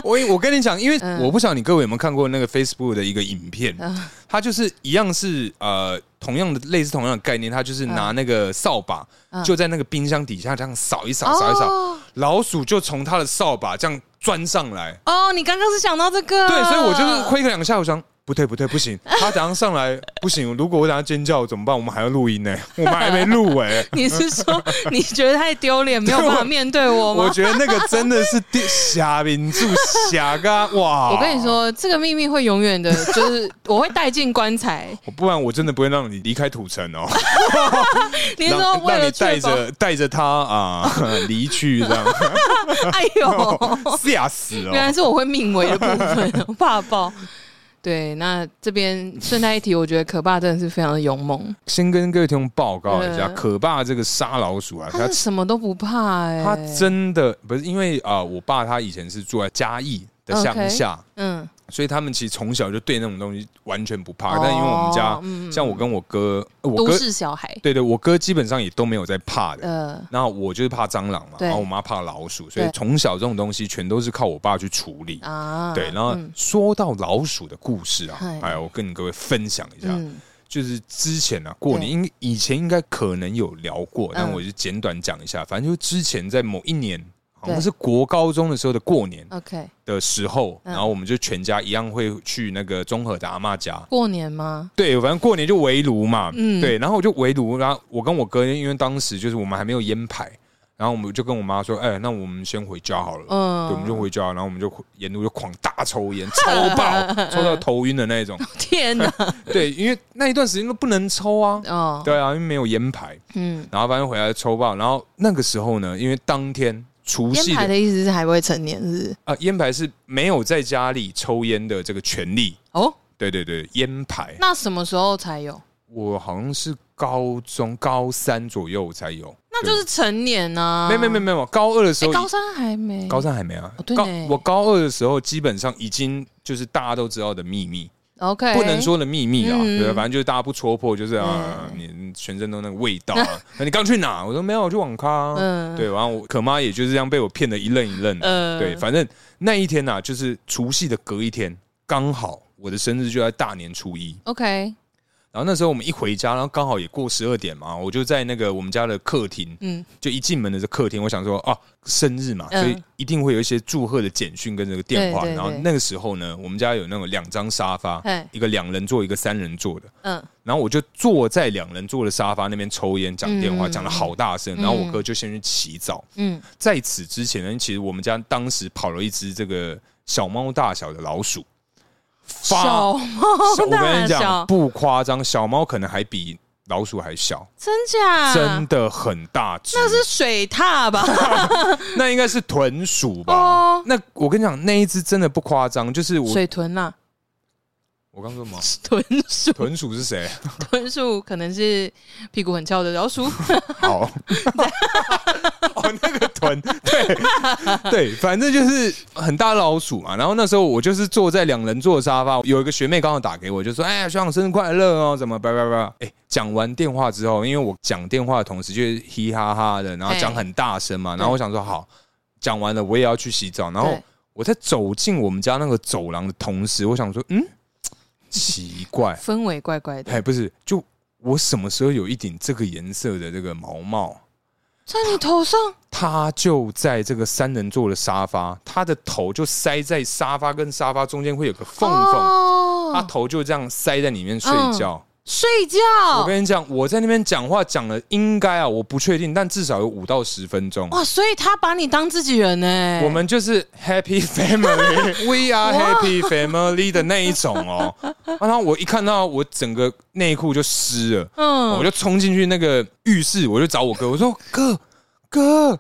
[SPEAKER 1] 我，我跟你讲，因为
[SPEAKER 2] 嗯
[SPEAKER 1] 我不晓得你各位有没有看过那个 Facebook 的一个影片
[SPEAKER 2] 嗯，
[SPEAKER 1] 它就是一样是呃同样的类似同样的概念，它就是拿那个扫把
[SPEAKER 2] 嗯
[SPEAKER 1] 就在那个冰箱底下这样扫一扫扫一扫，
[SPEAKER 2] 哦
[SPEAKER 1] 老鼠就从它的扫把这样钻上来，
[SPEAKER 2] 哦，你刚刚是想到这个，
[SPEAKER 1] 对，所以我就是挥个两下，我想。不对，不对，不行！它等下上来不行，如果我等下尖叫怎么办？我们还要录音呢、我们还没录哎、
[SPEAKER 2] 你是说你觉得太丢脸，没有办法面对 我
[SPEAKER 1] 我
[SPEAKER 2] 吗？
[SPEAKER 1] 觉得那个真的是地瞎民住瞎嘎 哇！
[SPEAKER 2] 我跟你，
[SPEAKER 1] 哦
[SPEAKER 2] 说，这个秘密会永远的，就是 我会带进棺材。
[SPEAKER 1] 哦不然我真的不会让你离开土城 哦，
[SPEAKER 2] 你是
[SPEAKER 1] 让
[SPEAKER 2] 说为
[SPEAKER 1] 让
[SPEAKER 2] 了
[SPEAKER 1] 你带
[SPEAKER 2] 确保？
[SPEAKER 1] 着带着他啊离去这样，
[SPEAKER 2] 哎
[SPEAKER 1] 哦
[SPEAKER 2] 呦，
[SPEAKER 1] 吓死
[SPEAKER 2] 原来
[SPEAKER 1] 哦！
[SPEAKER 2] 是我会命为的部分，我怕爆。 对，那这边顺带一提，我觉得可爸真的是非常的勇猛，
[SPEAKER 1] 先跟各位听众报告一下，
[SPEAKER 2] 嗯
[SPEAKER 1] 可爸这个杀老鼠啊，
[SPEAKER 2] 他
[SPEAKER 1] 他
[SPEAKER 2] 是什么都不怕哎、
[SPEAKER 1] 他真的不是因为啊、我爸他以前是住在嘉义的乡
[SPEAKER 2] OK
[SPEAKER 1] 下。
[SPEAKER 2] 嗯，
[SPEAKER 1] 所以他们其实从小就对那种东西完全不怕，
[SPEAKER 2] 哦
[SPEAKER 1] 但因为我们家、
[SPEAKER 2] 嗯
[SPEAKER 1] 像我跟我哥，呃我
[SPEAKER 2] 都
[SPEAKER 1] 哥
[SPEAKER 2] 市小孩，
[SPEAKER 1] 对对，我哥基本上也都没有在怕的，
[SPEAKER 2] 呃，
[SPEAKER 1] 那我就是怕蟑螂嘛，
[SPEAKER 2] 对
[SPEAKER 1] 然后我妈怕老鼠，所以
[SPEAKER 2] 对
[SPEAKER 1] 从小这种东西全都是靠我爸去处理。
[SPEAKER 2] 啊，
[SPEAKER 1] 对，然后
[SPEAKER 2] 嗯
[SPEAKER 1] 说到老鼠的故事啊
[SPEAKER 2] 嗨，
[SPEAKER 1] 哎，我跟各位分享一下，
[SPEAKER 2] 嗯
[SPEAKER 1] 就是之前啊，过年应以前应该可能有聊过，但
[SPEAKER 2] 嗯
[SPEAKER 1] 我就简短讲一下。反正就是之前在某一年，好像
[SPEAKER 2] 对
[SPEAKER 1] 是国高中的时候的过年
[SPEAKER 2] OK，
[SPEAKER 1] 的时候，
[SPEAKER 2] 嗯
[SPEAKER 1] 然后我们就全家一样会去那个中和的阿嬷家，
[SPEAKER 2] 过年吗？
[SPEAKER 1] 对，反正过年就围炉嘛，
[SPEAKER 2] 嗯
[SPEAKER 1] 对，然后我就围炉，然后我跟我哥，因为当时就是我们还没有烟牌，然后我们就跟我妈说，哎、那我们先回家好了，对，
[SPEAKER 2] 嗯，
[SPEAKER 1] 我们就回家，然后我们就沿路就狂大抽烟，抽 爆，抽到头晕的那种，
[SPEAKER 2] 天哪，
[SPEAKER 1] 对，因为那一段时间都不能抽啊，
[SPEAKER 2] 哦，
[SPEAKER 1] 对啊，因为没有烟牌，
[SPEAKER 2] 嗯，
[SPEAKER 1] 然后反正回来就抽爆，然后那个时候呢，因为当天除夕
[SPEAKER 2] 烟牌
[SPEAKER 1] 的
[SPEAKER 2] 的意思是还未成年，是不是？
[SPEAKER 1] 啊，烟、牌是没有在家里抽烟的这个权利，
[SPEAKER 2] 哦，
[SPEAKER 1] 对对对，烟牌。
[SPEAKER 2] 那什么时候才有？
[SPEAKER 1] 我好像是高中高三左右才有，
[SPEAKER 2] 那就是成年啊。
[SPEAKER 1] 没有没有没有没有，高二的时
[SPEAKER 2] 诶
[SPEAKER 1] 候，
[SPEAKER 2] 高三还没，
[SPEAKER 1] 高三还没啊
[SPEAKER 2] 哦。对
[SPEAKER 1] 高
[SPEAKER 2] 呢
[SPEAKER 1] 我高二的时候，基本上已经就是大家都知道的秘密，
[SPEAKER 2] OK，
[SPEAKER 1] 不能说的秘密啊，
[SPEAKER 2] 嗯
[SPEAKER 1] 对，反正就是大家不戳破，就是啊，你全身都那个味道 啊。那你刚去哪？我说没有，我去网咖啊。
[SPEAKER 2] 嗯
[SPEAKER 1] 对，然后我可妈也就是这样被我骗的一愣一愣的。
[SPEAKER 2] 呃
[SPEAKER 1] 对，反正那一天呐、就是除夕的隔一天，刚好我的生日就在大年初一。
[SPEAKER 2] OK，
[SPEAKER 1] 然后那时候我们一回家，然后刚好也过十二点嘛，我就在那个我们家的客厅，
[SPEAKER 2] 嗯，
[SPEAKER 1] 就一进门的这客厅，我想说啊，生日嘛，
[SPEAKER 2] 嗯
[SPEAKER 1] 所以一定会有一些祝贺的简讯跟这个电话。
[SPEAKER 2] 对对对
[SPEAKER 1] 然后那个时候呢，我们家有那种两张沙发，
[SPEAKER 2] 哎，
[SPEAKER 1] 一个两人座，一个三人座的。
[SPEAKER 2] 嗯，
[SPEAKER 1] 然后我就坐在两人座的沙发那边抽烟讲电话，
[SPEAKER 2] 嗯
[SPEAKER 1] 讲的好大声。
[SPEAKER 2] 嗯
[SPEAKER 1] 然后我哥就先去洗澡。
[SPEAKER 2] 嗯，
[SPEAKER 1] 在此之前呢，其实我们家当时跑了一只这个小猫大小的老鼠，
[SPEAKER 2] 小
[SPEAKER 1] 小
[SPEAKER 2] 猫
[SPEAKER 1] 我跟
[SPEAKER 2] 大
[SPEAKER 1] 你
[SPEAKER 2] 小
[SPEAKER 1] 讲，，不夸张，小猫可能还比老鼠还小，
[SPEAKER 2] 真假？
[SPEAKER 1] 真的很大只。
[SPEAKER 2] 啊那是水獭吧？
[SPEAKER 1] 那应该是豚鼠吧？
[SPEAKER 2] 哦
[SPEAKER 1] 那我跟你讲，那一只真的不夸张，就是我
[SPEAKER 2] 水豚啊 呐，
[SPEAKER 1] 我刚说什么？
[SPEAKER 2] 豚鼠，
[SPEAKER 1] 豚鼠是谁？
[SPEAKER 2] 豚鼠可能是屁股很翘的老鼠。
[SPEAKER 1] 好， 哦，那个臀，对对，反正就是很大的老鼠嘛。然后那时候我就是坐在两人座的沙发，有一个学妹刚好打给我，就说：“哎呀，学长生日快乐哦，怎么叭叭叭。”哎，讲完电话之后，因为我讲电话的同时就是嘻嘻哈哈的，然后讲很大声嘛，然后我想说好，讲完了我也要去洗澡，然后
[SPEAKER 2] 对
[SPEAKER 1] 我在走进我们家那个走廊的同时，我想说，嗯，奇怪，
[SPEAKER 2] 氛围怪怪的，
[SPEAKER 1] 哎，不是，就我什么时候有一顶这个颜色的这个毛毛？
[SPEAKER 2] 在你头上，
[SPEAKER 1] 他就在这个三人座的沙发，他的头就塞在沙发跟沙发中间会有个缝缝，他
[SPEAKER 2] 哦，嗯
[SPEAKER 1] 头就这样塞在里面睡觉。
[SPEAKER 2] 睡觉。
[SPEAKER 1] 我跟你讲，我在那边讲话讲了，应该啊，我不确定，但至少有五到十分钟。
[SPEAKER 2] 哇，所以他把你当自己人欸呢、
[SPEAKER 1] 我们就是 Happy Family，We are Happy Family 的那一种哦。啊然后我一看到我整个内裤就湿了，
[SPEAKER 2] 嗯，
[SPEAKER 1] 我就冲进去那个浴室，我就找我哥，我说哥哥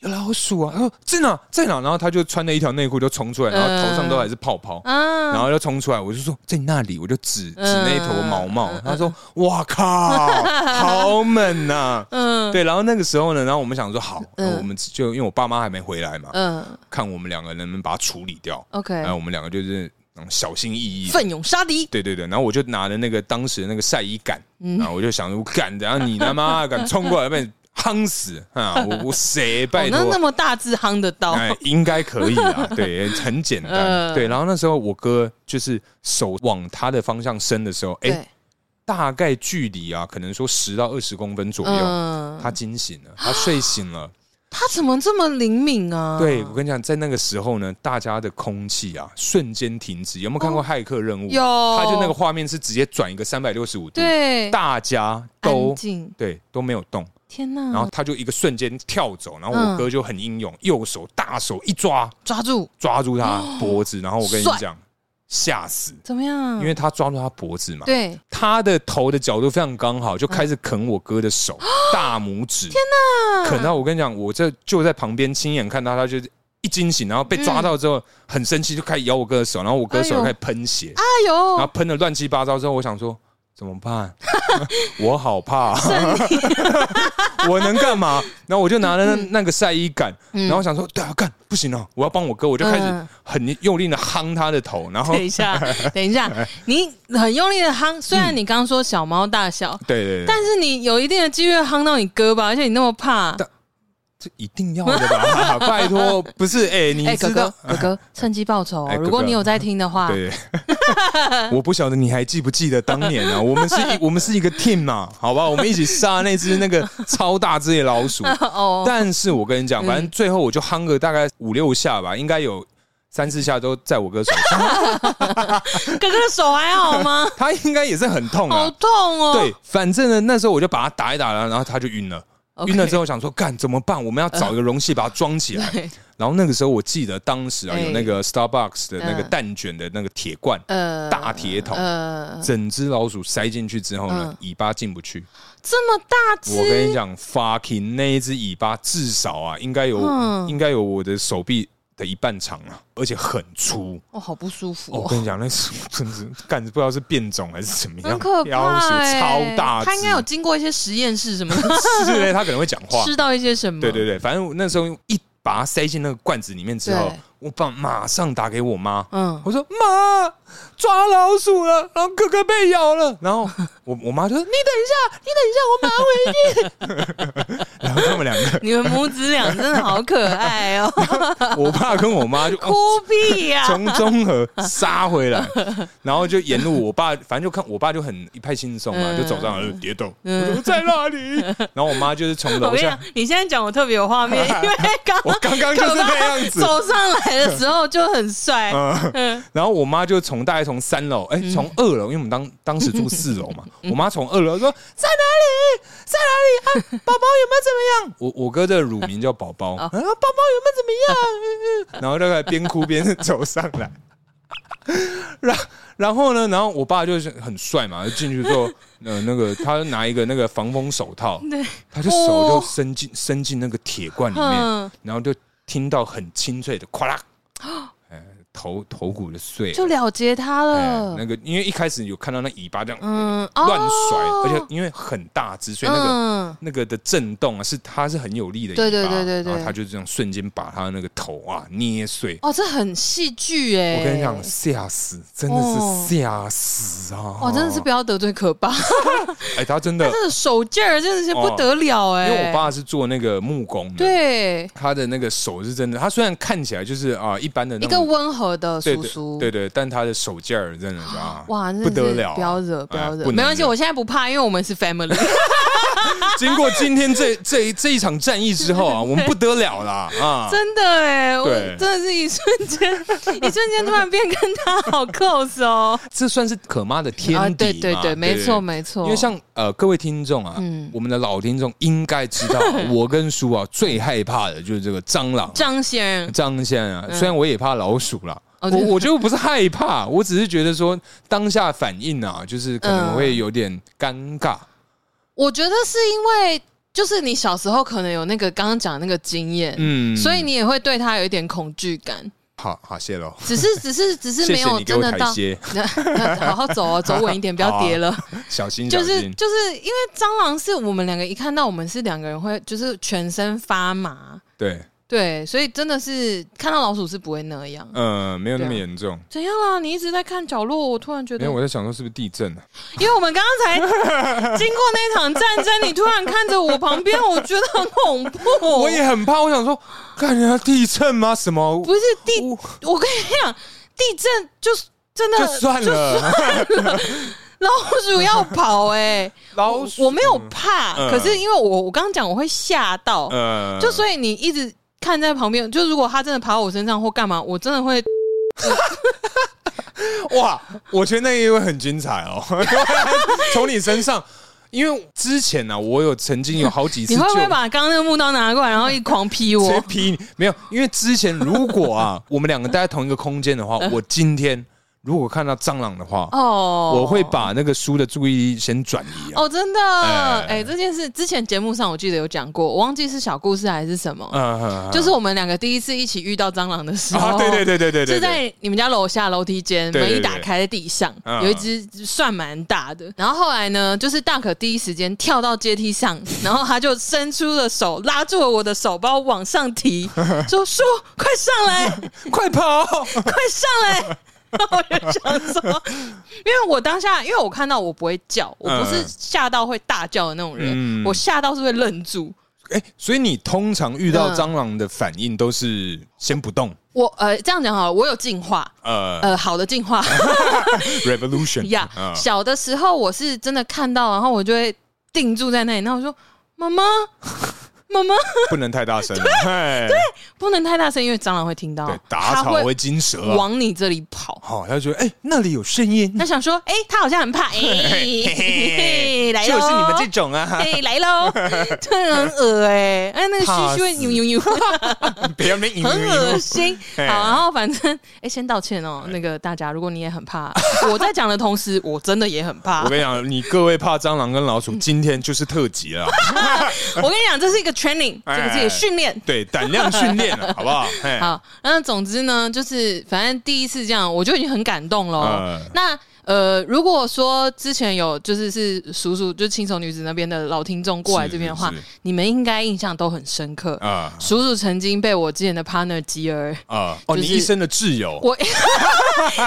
[SPEAKER 1] 有老鼠啊，他说在哪在哪，然后他就穿了一条内裤就冲出来，然
[SPEAKER 2] 嗯
[SPEAKER 1] 后头上都还是泡泡。
[SPEAKER 2] 啊，
[SPEAKER 1] 然后就冲出来，我就说在那里，我就指指那头毛毛
[SPEAKER 2] 嗯。
[SPEAKER 1] 他说：“哇 靠，好猛呐、
[SPEAKER 2] 嗯
[SPEAKER 1] 对，然后那个时候呢，然后我们想说好，
[SPEAKER 2] 嗯
[SPEAKER 1] 那我们就因为我爸妈还没回来嘛，
[SPEAKER 2] 嗯
[SPEAKER 1] 看我们两个能不能把它处理掉。
[SPEAKER 2] ，OK，
[SPEAKER 1] 然后我们两个就是嗯小心翼翼地
[SPEAKER 2] 奋勇杀敌，
[SPEAKER 1] 对对对，然后我就拿着那个当时的那个晒衣杆，
[SPEAKER 2] 嗯
[SPEAKER 1] 然后我就想说，干，然后你他妈敢冲过来被你夯死啊！我 我谁拜
[SPEAKER 2] 哦、那
[SPEAKER 1] 托
[SPEAKER 2] 那？么大字夯得到，
[SPEAKER 1] 哎，应该可以啊，对，很简单。
[SPEAKER 2] 嗯
[SPEAKER 1] 对，然后那时候我哥就是手往他的方向伸的时候，哎、
[SPEAKER 2] 对，
[SPEAKER 1] 大概距离啊，可能说十到二十公分左右，
[SPEAKER 2] 嗯，啊
[SPEAKER 1] 他惊醒了，他睡醒 了。
[SPEAKER 2] 他怎么这么灵敏啊？
[SPEAKER 1] 对我跟你讲，在那个时候呢，大家的空气啊瞬间停止。有没有看过《骇客任务》
[SPEAKER 2] 哦有
[SPEAKER 1] 他就那个画面是直接转一个三百六十五度，
[SPEAKER 2] 对，
[SPEAKER 1] 大家
[SPEAKER 2] 安
[SPEAKER 1] 都
[SPEAKER 2] 静，
[SPEAKER 1] 对都没有动，
[SPEAKER 2] 天哪，
[SPEAKER 1] 然后他就一个瞬间跳走，然后
[SPEAKER 2] 嗯
[SPEAKER 1] 我哥就很英勇，右手大手一抓
[SPEAKER 2] 抓住，
[SPEAKER 1] 抓住他脖子，然后我跟你
[SPEAKER 2] 哦帅嗯
[SPEAKER 1] 讲吓死，
[SPEAKER 2] 怎么样？
[SPEAKER 1] 因为他抓住他脖子嘛，
[SPEAKER 2] 对，
[SPEAKER 1] 他的头的角度非常刚好，就开始啃我哥的手，
[SPEAKER 2] 嗯哦
[SPEAKER 1] 大拇指，天哪，啃到我跟你讲，我这就在旁边亲眼看到他就是。一惊醒，然后被抓到之后、很生气，就开始咬我哥的手，然后我哥
[SPEAKER 2] 嗯哎
[SPEAKER 1] 手
[SPEAKER 2] 呦
[SPEAKER 1] 开始喷血，
[SPEAKER 2] 哎
[SPEAKER 1] 然后
[SPEAKER 2] 呦，
[SPEAKER 1] 喷的乱七八糟之后，我想说怎么办？ 我好怕，啊 我能干嘛？然后我就拿了那
[SPEAKER 2] 嗯
[SPEAKER 1] 那个晒衣杆，然后我想说对啊，干不行了，我要帮我哥，我就开始
[SPEAKER 2] 嗯
[SPEAKER 1] 很用力的夯他的头，然后
[SPEAKER 2] 等一 下，等一下，你很用力的夯，虽
[SPEAKER 1] 嗯
[SPEAKER 2] 然你刚刚说小猫大小。
[SPEAKER 1] 对对对，
[SPEAKER 2] 但是你有一定的机会夯到你哥吧，而且你那么怕。
[SPEAKER 1] 但这一定要的吧？ 拜托，不是哎，你
[SPEAKER 2] 哎、哥
[SPEAKER 1] 知道
[SPEAKER 2] 哥， 啊哥哥，趁机报仇、哦
[SPEAKER 1] 哎哥哥
[SPEAKER 2] 如果你有在听的话，
[SPEAKER 1] 对， 我不晓得你还记不记得当年啊？我们是一我们是一个 team 嘛，好吧，我们一起杀那只那个超大只的老鼠。
[SPEAKER 2] 哦，嗯
[SPEAKER 1] 但是我跟你讲，反正最后我就夯个大概五六下吧，应该有三四下都在我哥手 上，
[SPEAKER 2] 哥哥的手还好吗？
[SPEAKER 1] 他应该也是很痛
[SPEAKER 2] 好
[SPEAKER 1] 啊。
[SPEAKER 2] 痛哦。
[SPEAKER 1] 对，反正呢，那时候我就把他打一打了，然后他就晕了。
[SPEAKER 2] OK
[SPEAKER 1] 晕了之后想说，干怎么办？我们要找一个容器把它装起 来。
[SPEAKER 2] 对，
[SPEAKER 1] 然后那个时候我记得当时啊，
[SPEAKER 2] 哎
[SPEAKER 1] 有那个 Starbucks 的那个
[SPEAKER 2] 嗯
[SPEAKER 1] 蛋卷的那个铁罐，
[SPEAKER 2] 呃，
[SPEAKER 1] 大铁桶
[SPEAKER 2] 呃，
[SPEAKER 1] 整只老鼠塞进去之后呢
[SPEAKER 2] 嗯，
[SPEAKER 1] 尾巴进不去。
[SPEAKER 2] 这么大
[SPEAKER 1] 我跟
[SPEAKER 2] 只，
[SPEAKER 1] 你讲，fucking 那一只尾巴至少啊，应该有
[SPEAKER 2] 嗯
[SPEAKER 1] 应该有我的手臂的一半长啊，而且很粗。
[SPEAKER 2] 哦，好不舒服
[SPEAKER 1] 哦我
[SPEAKER 2] 哦，
[SPEAKER 1] 跟你讲，那是真是干不知道是变种还是怎么样，
[SPEAKER 2] 很 可
[SPEAKER 1] 要求
[SPEAKER 2] 怕欸
[SPEAKER 1] 超大只，
[SPEAKER 2] 他应该有经过一些实验 室什么的，
[SPEAKER 1] 是嘞，他可能会讲 话。
[SPEAKER 2] 吃到一些什么？
[SPEAKER 1] 对对对，反正我那时候一把它塞进那个罐子里面之后
[SPEAKER 2] 对，
[SPEAKER 1] 我爸马上打给我妈，
[SPEAKER 2] 嗯，
[SPEAKER 1] 我说妈抓老鼠了，然后哥哥被咬了， 然后我我妈就说你等一下，你等一下，我马上回去。 然后他们两个，
[SPEAKER 2] 你们母子俩真的好可爱 哦，
[SPEAKER 1] 我爸跟我妈就
[SPEAKER 2] 哭啊屁呀、
[SPEAKER 1] 从中和杀回来，然后就沿路我爸，反正就看我爸就很一派轻松嘛，
[SPEAKER 2] 嗯
[SPEAKER 1] 就走上来就跌倒，
[SPEAKER 2] 嗯
[SPEAKER 1] 我说在那里， 然后我妈就是从
[SPEAKER 2] 我
[SPEAKER 1] 楼
[SPEAKER 2] 跟你
[SPEAKER 1] 下
[SPEAKER 2] 讲，，你现在讲我特别有画面， 因为刚
[SPEAKER 1] 我刚刚就是那样子，
[SPEAKER 2] 啊走上来的时候就很帅，
[SPEAKER 1] 嗯，
[SPEAKER 2] 嗯，
[SPEAKER 1] 然后我妈就从大概从三楼，哎、从二楼，因为我们当当时住四楼嘛，
[SPEAKER 2] 嗯
[SPEAKER 1] 我妈从二楼说在哪里，在哪里啊？宝宝有没有怎么样？我我哥的乳名叫宝
[SPEAKER 2] 哦
[SPEAKER 1] 宝，啊，宝宝有没有怎么样？然后大概边哭边走上来，然然后呢，然后我爸就是很帅嘛，就进去之后，呃，那个他拿一个那个防风手套，
[SPEAKER 2] 对，
[SPEAKER 1] 他就手就
[SPEAKER 2] 哦
[SPEAKER 1] 伸进伸进那个铁罐里面
[SPEAKER 2] 嗯，
[SPEAKER 1] 然后就听到很清脆的咵啦，哎，头头骨的碎了，
[SPEAKER 2] 就了结他
[SPEAKER 1] 哎
[SPEAKER 2] 了，
[SPEAKER 1] 那个，因为一开始有看到那尾巴这样
[SPEAKER 2] 嗯，哦
[SPEAKER 1] 乱甩，而且因为很大只，所以那个。
[SPEAKER 2] 嗯，
[SPEAKER 1] 那个的震动啊，是它是很有力的尾巴，
[SPEAKER 2] 对对对对对
[SPEAKER 1] 然后它就这样瞬间把它那个头啊捏碎。
[SPEAKER 2] 哦，这很戏剧哎，
[SPEAKER 1] 我跟你讲，，吓死，真的是吓死啊！
[SPEAKER 2] 哇，真的是不要得罪可 爸，
[SPEAKER 1] 哎，他真的，
[SPEAKER 2] 这个手劲儿真的是不得了
[SPEAKER 1] 哦因
[SPEAKER 2] 哎，
[SPEAKER 1] 为我爸是做那个木工的，
[SPEAKER 2] 对
[SPEAKER 1] 他的那个手是真的，他虽然看起来就是啊一般的那
[SPEAKER 2] 一个
[SPEAKER 1] 种
[SPEAKER 2] 温和的
[SPEAKER 1] 对
[SPEAKER 2] 叔叔，
[SPEAKER 1] 对对对，但他的手劲儿真的是啊，
[SPEAKER 2] 哇，真的
[SPEAKER 1] 不
[SPEAKER 2] 是
[SPEAKER 1] 得了啊，
[SPEAKER 2] 不要惹，不要
[SPEAKER 1] 哎
[SPEAKER 2] 惹，
[SPEAKER 1] 不能
[SPEAKER 2] 没关系，
[SPEAKER 1] 惹
[SPEAKER 2] 我现在不怕，因为我们是 family。
[SPEAKER 1] 经过今天这这一这一场战役之 后啊，我们不得了啦啊！
[SPEAKER 2] 真的哎，我
[SPEAKER 1] 对
[SPEAKER 2] 真的是一瞬间，一瞬间突然变跟他好 close 哦。啊
[SPEAKER 1] 这算是可妈的 天敌嘛、
[SPEAKER 2] 对对对，没错
[SPEAKER 1] 对
[SPEAKER 2] 没错。
[SPEAKER 1] 因为像呃各位听众啊，
[SPEAKER 2] 嗯
[SPEAKER 1] 我们的老听众应该知 道，我跟叔啊最害怕的就是这个蟑螂。
[SPEAKER 2] 张先生，
[SPEAKER 1] 张先啊，
[SPEAKER 2] 嗯
[SPEAKER 1] 虽然我也怕老鼠啦，
[SPEAKER 2] 哦
[SPEAKER 1] 我
[SPEAKER 2] 对
[SPEAKER 1] 我就不是害怕，我只是觉得说当下反应啊，就是可能
[SPEAKER 2] 嗯
[SPEAKER 1] 会有点尴尬。
[SPEAKER 2] 我觉得是因为就是你小时候可能有那个刚刚讲的那个经验，
[SPEAKER 1] 嗯，
[SPEAKER 2] 所以你也会对他有一点恐惧感。
[SPEAKER 1] 好好谢喽，
[SPEAKER 2] 只是只是只是
[SPEAKER 1] 谢
[SPEAKER 2] 没
[SPEAKER 1] 谢你
[SPEAKER 2] 有
[SPEAKER 1] 给
[SPEAKER 2] 真
[SPEAKER 1] 我
[SPEAKER 2] 的
[SPEAKER 1] 台
[SPEAKER 2] 到，
[SPEAKER 1] 阶，
[SPEAKER 2] 好好走哦，走稳一点，不要跌了。
[SPEAKER 1] 小心小
[SPEAKER 2] 就是
[SPEAKER 1] 心。
[SPEAKER 2] 就是因为蟑螂是我们两个一看到我们是两个人会就是全身发麻，
[SPEAKER 1] 对，
[SPEAKER 2] 对，所以真的是看到老鼠是不会那样。
[SPEAKER 1] 嗯，没有那么
[SPEAKER 2] 对啊
[SPEAKER 1] 严重。
[SPEAKER 2] 怎样啦？你一直在看角落，我突然觉
[SPEAKER 1] 因
[SPEAKER 2] 得
[SPEAKER 1] 为，我在想说是不是地震啊？
[SPEAKER 2] 因为我们刚刚才经过那场战争，你突然看着我旁边，我觉得很恐怖。
[SPEAKER 1] 我也很怕，我想说，看人家地震吗？什么？
[SPEAKER 2] 不是地，
[SPEAKER 1] 我
[SPEAKER 2] 我跟你讲，地震就是真的
[SPEAKER 1] 就算了，
[SPEAKER 2] 老鼠要跑哎、
[SPEAKER 1] 老
[SPEAKER 2] 我我没有怕，
[SPEAKER 1] 嗯
[SPEAKER 2] 可是因为我我刚刚讲我会吓到，
[SPEAKER 1] 呃
[SPEAKER 2] 就所以你一直看在旁边，就如果它真的爬到我身上或干嘛，我真的会
[SPEAKER 1] 哇，我觉得那一会很精彩 哦，从你身上。因为之前呢、啊，我有曾经有好几次
[SPEAKER 2] 你
[SPEAKER 1] 就
[SPEAKER 2] 会不会把刚刚那个木刀拿过来，然后一狂劈我
[SPEAKER 1] 直？接劈你？没有，因为之前如果 啊，我们两个待在同一个空间的话，
[SPEAKER 2] 嗯
[SPEAKER 1] 我今天如果看到蟑螂的话，
[SPEAKER 2] 哦，
[SPEAKER 1] 我会把那个书的注意力先转移啊。
[SPEAKER 2] 哦，真的，
[SPEAKER 1] 哎
[SPEAKER 2] 哎、这件事之前节目上我记得有讲过，我忘记是小故事还是什么，
[SPEAKER 1] 嗯、嗯
[SPEAKER 2] 就是我们两个第一次一起遇到蟑螂的时候，
[SPEAKER 1] 啊，对对对对对对，
[SPEAKER 2] 是在你们家楼下楼梯间，
[SPEAKER 1] 对对
[SPEAKER 2] 门
[SPEAKER 1] 对
[SPEAKER 2] 一打开在地上，
[SPEAKER 1] 嗯
[SPEAKER 2] 有一只算蛮大的。然后后来呢，就是大可第一时间跳到阶 梯上，然后他就伸出了手，拉住了我的手，把我往 上提，说：“叔，快上来，
[SPEAKER 1] 对快跑！
[SPEAKER 2] 快上来！” 然后我就想说， 因为我当下，因为我看到我不会叫，我不是
[SPEAKER 1] 嗯
[SPEAKER 2] 吓到会大叫的那种人，
[SPEAKER 1] 嗯
[SPEAKER 2] 我吓到是会愣住。
[SPEAKER 1] 哎、所以你通常遇到
[SPEAKER 2] 嗯
[SPEAKER 1] 蟑螂的反应都是先不动，
[SPEAKER 2] 我呃，这样讲好了，我有进化，
[SPEAKER 1] 呃
[SPEAKER 2] 呃，好的进化。
[SPEAKER 1] ，revolution
[SPEAKER 2] 呀、
[SPEAKER 1] 嗯
[SPEAKER 2] 小的时候我是真的看到，然后我就会定住在那里，然后我说：“妈 妈，妈妈，
[SPEAKER 1] 不能太大声，对对
[SPEAKER 2] 不能太大声，因为蟑螂会听到，
[SPEAKER 1] 打草
[SPEAKER 2] 它
[SPEAKER 1] 为惊蛇啊。
[SPEAKER 2] 哦往你这里 跑。
[SPEAKER 1] 好、他就觉得哎、那里有声音
[SPEAKER 2] 他，想说：“哎、它好像很怕，哎、
[SPEAKER 1] 嘿嘿嘿
[SPEAKER 2] 嘿来
[SPEAKER 1] 就
[SPEAKER 2] 喽，
[SPEAKER 1] 是你们这种啊，
[SPEAKER 2] 哎、来 喽，真的很恶哎、哎，那个
[SPEAKER 1] 怕
[SPEAKER 2] 嘘嘘会
[SPEAKER 1] 死
[SPEAKER 2] 扭扭扭，
[SPEAKER 1] 不要那
[SPEAKER 2] 很恶心。好，
[SPEAKER 1] 嘿
[SPEAKER 2] 然后反正哎、先道歉哦，那个大家，如果你也很怕，我在讲的同时，我真的也很怕
[SPEAKER 1] 我。跟你讲，你各位怕蟑螂跟老鼠，今天就是特辑了。
[SPEAKER 2] 我跟你讲，这是一个 training，这
[SPEAKER 1] 哎
[SPEAKER 2] 个字也训练。
[SPEAKER 1] 对，胆量训练了，好不 好？哎，
[SPEAKER 2] 好，那总之呢，就是反正第一次这样，我就已经很感动了。
[SPEAKER 1] 嗯
[SPEAKER 2] 那呃，如果说之前有就是是叔叔就是轻熟女子那边的老听众过来这边的话
[SPEAKER 1] 是是，
[SPEAKER 2] 你们应该印象都很深刻。
[SPEAKER 1] 啊
[SPEAKER 2] 叔叔曾经被我之前的 partner 吉 儿，
[SPEAKER 1] 啊！哦，
[SPEAKER 2] 就
[SPEAKER 1] 你
[SPEAKER 2] 是
[SPEAKER 1] 一生的挚友，
[SPEAKER 2] 我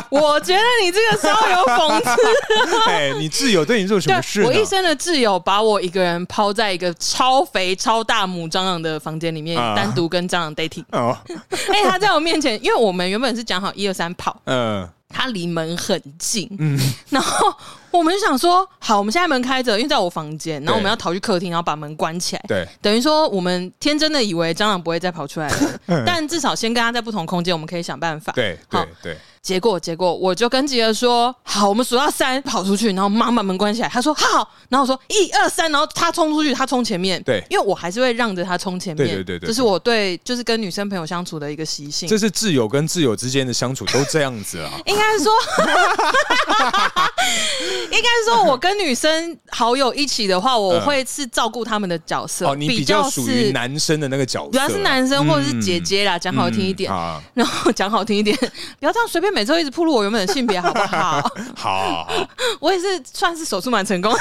[SPEAKER 2] 我觉得你这个稍有 讽刺。
[SPEAKER 1] 哎，你挚友对你做什么事
[SPEAKER 2] 对，
[SPEAKER 1] 呢
[SPEAKER 2] 我？一生的挚友把我一个人抛在一个超肥超大母蟑螂的房间里面，
[SPEAKER 1] 啊
[SPEAKER 2] 单独跟蟑螂 dating。
[SPEAKER 1] 哦，
[SPEAKER 2] 哎、他在我面前，因为我们原本是讲好一二三跑，
[SPEAKER 1] 嗯，
[SPEAKER 2] 他离门很近，嗯，然后我们就想说，好，我们现在门开着，因为在我房间，然后我们要逃去客厅，然后把门关起来，
[SPEAKER 1] 对，
[SPEAKER 2] 等于说我们天真的以为蟑螂不会再跑出 来了，但至少先跟他在不同空间，我们可以想办法。
[SPEAKER 1] 嗯对
[SPEAKER 2] 好
[SPEAKER 1] 对对，
[SPEAKER 2] 结果结果我就跟吉儿说，好，我们数到三跑出去，然后妈把门关起来。他说好，然后我说一二三，然后他冲出去，他冲前面，
[SPEAKER 1] 对
[SPEAKER 2] 因为我还是会让着他冲前面，
[SPEAKER 1] 对对对对
[SPEAKER 2] 这是我对就是跟女生朋友相处的一个习性。。
[SPEAKER 1] 这是挚友跟挚友之间的相处都这样子啊
[SPEAKER 2] 应该说，应该说，我跟女生好友一起的话，我会是照顾他们的角色，
[SPEAKER 1] 嗯哦，你比较
[SPEAKER 2] 较
[SPEAKER 1] 属于
[SPEAKER 2] 是
[SPEAKER 1] 男生的那个角色，啊
[SPEAKER 2] 主要是男生或者是姐姐啦，讲、好听一点。
[SPEAKER 1] 嗯啊，
[SPEAKER 2] 然后讲好听一点，不要这样随便每周一直暴露我原本的性别，好不好？
[SPEAKER 1] 好好好，
[SPEAKER 2] 我也是算是手术蛮成功，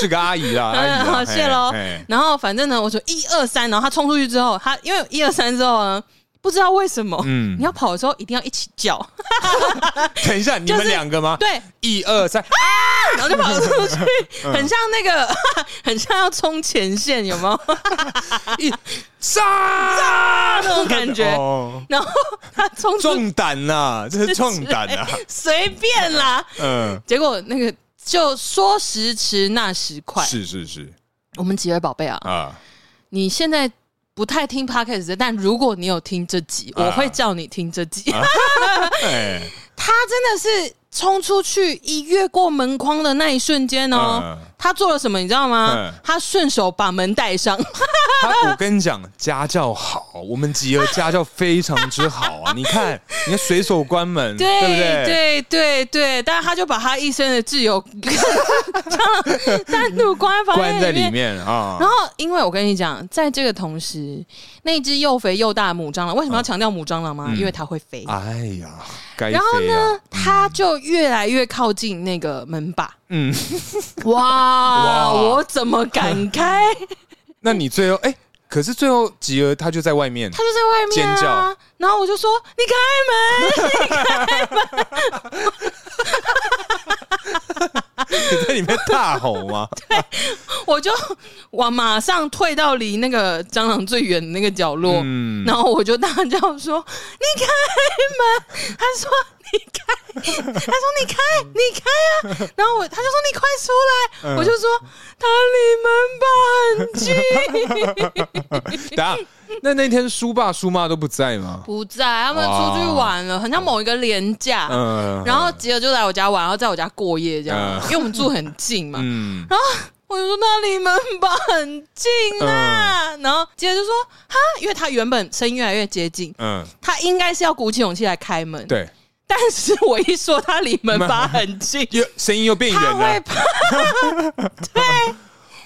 [SPEAKER 1] 是个阿姨啦，阿姨
[SPEAKER 2] 嗯，
[SPEAKER 1] 啦，
[SPEAKER 2] 好谢喽
[SPEAKER 1] 哎嘿嘿。
[SPEAKER 2] 然后反正呢，我说一二三，然后他冲出去之后，他因为一二三之后呢，不知道为什么，
[SPEAKER 1] 嗯
[SPEAKER 2] 你要跑的时候一定要一起叫，
[SPEAKER 1] 等一下，你们
[SPEAKER 2] 就是
[SPEAKER 1] 两个吗？
[SPEAKER 2] 对，
[SPEAKER 1] 一二三，
[SPEAKER 2] 然后就跑出 去，
[SPEAKER 1] 嗯
[SPEAKER 2] 很像那个， 很像要冲前线，有没有
[SPEAKER 1] 一炸
[SPEAKER 2] 那种感觉？
[SPEAKER 1] 哦
[SPEAKER 2] 然后他冲出
[SPEAKER 1] 壮胆呐，这是壮胆呐，
[SPEAKER 2] 随便啦，
[SPEAKER 1] 嗯，
[SPEAKER 2] 结果那个就说时迟那时快，
[SPEAKER 1] 是是是
[SPEAKER 2] 我们吉儿宝贝啊，
[SPEAKER 1] 啊，
[SPEAKER 2] 你现在。不太听 podcast，的但如果你有听这集，
[SPEAKER 1] 啊
[SPEAKER 2] 我会叫你听这集。
[SPEAKER 1] 哎，
[SPEAKER 2] 他真的是冲出去一越过门框的那一瞬间哦，
[SPEAKER 1] 嗯
[SPEAKER 2] 他做了什么你知道吗？
[SPEAKER 1] 嗯
[SPEAKER 2] 他顺手把门带上，
[SPEAKER 1] 他我跟你讲，家教好，我们吉儿家教非常之好啊！你看，你看随手关门，
[SPEAKER 2] 对
[SPEAKER 1] 不对？
[SPEAKER 2] 对对对，但是他就把他一生的挚 友这样单独 关在
[SPEAKER 1] 关
[SPEAKER 2] 房
[SPEAKER 1] 在
[SPEAKER 2] 间里
[SPEAKER 1] 里
[SPEAKER 2] 面。
[SPEAKER 1] 面啊
[SPEAKER 2] 然，后，因为我跟你讲，在这个同时，那只又肥又大的母蟑螂，为什么要强调母蟑螂吗？因为它会飞。
[SPEAKER 1] 哎呀，该
[SPEAKER 2] 然后
[SPEAKER 1] 飞
[SPEAKER 2] 呢
[SPEAKER 1] 啊！，
[SPEAKER 2] 它就越来越靠近那个门把。
[SPEAKER 1] 嗯，
[SPEAKER 2] 哇，
[SPEAKER 1] 哇
[SPEAKER 2] 我怎么敢开？
[SPEAKER 1] 那你最后哎，可是最后吉儿他就在外面
[SPEAKER 2] 它，就在外面、啊、
[SPEAKER 1] 尖叫。
[SPEAKER 2] 然后我就说：“你开门！”
[SPEAKER 1] 你在里面大吼 吗？
[SPEAKER 2] 我就我马上退到离那个蟑螂最远的那个角落，
[SPEAKER 1] 嗯
[SPEAKER 2] 然后我就大叫说：“你开门！”他说：“你开！”他说：“你开，你开啊！”然后我他就说：“你快出来！”
[SPEAKER 1] 嗯
[SPEAKER 2] 我就说：“他 离门把很近，
[SPEAKER 1] 等一下，那那天叔爸叔妈都不在吗？
[SPEAKER 2] 不在，他们出去玩了，很像某一个廉价。
[SPEAKER 1] 嗯，
[SPEAKER 2] 然后吉尔就来我家玩，然后在我家过夜这样，
[SPEAKER 1] 嗯
[SPEAKER 2] 因为我们住很近嘛。
[SPEAKER 1] 嗯，
[SPEAKER 2] 我就说那离门把很近啊，
[SPEAKER 1] 嗯
[SPEAKER 2] 然后接着就说哈，因为他原本声音越来越接近，
[SPEAKER 1] 嗯，
[SPEAKER 2] 他应该是要鼓起勇气来开门，。
[SPEAKER 1] 对，
[SPEAKER 2] 但是我一说他离门把很近
[SPEAKER 1] ，又声音又变远啊哦
[SPEAKER 2] 他会
[SPEAKER 1] 了，
[SPEAKER 2] 怕。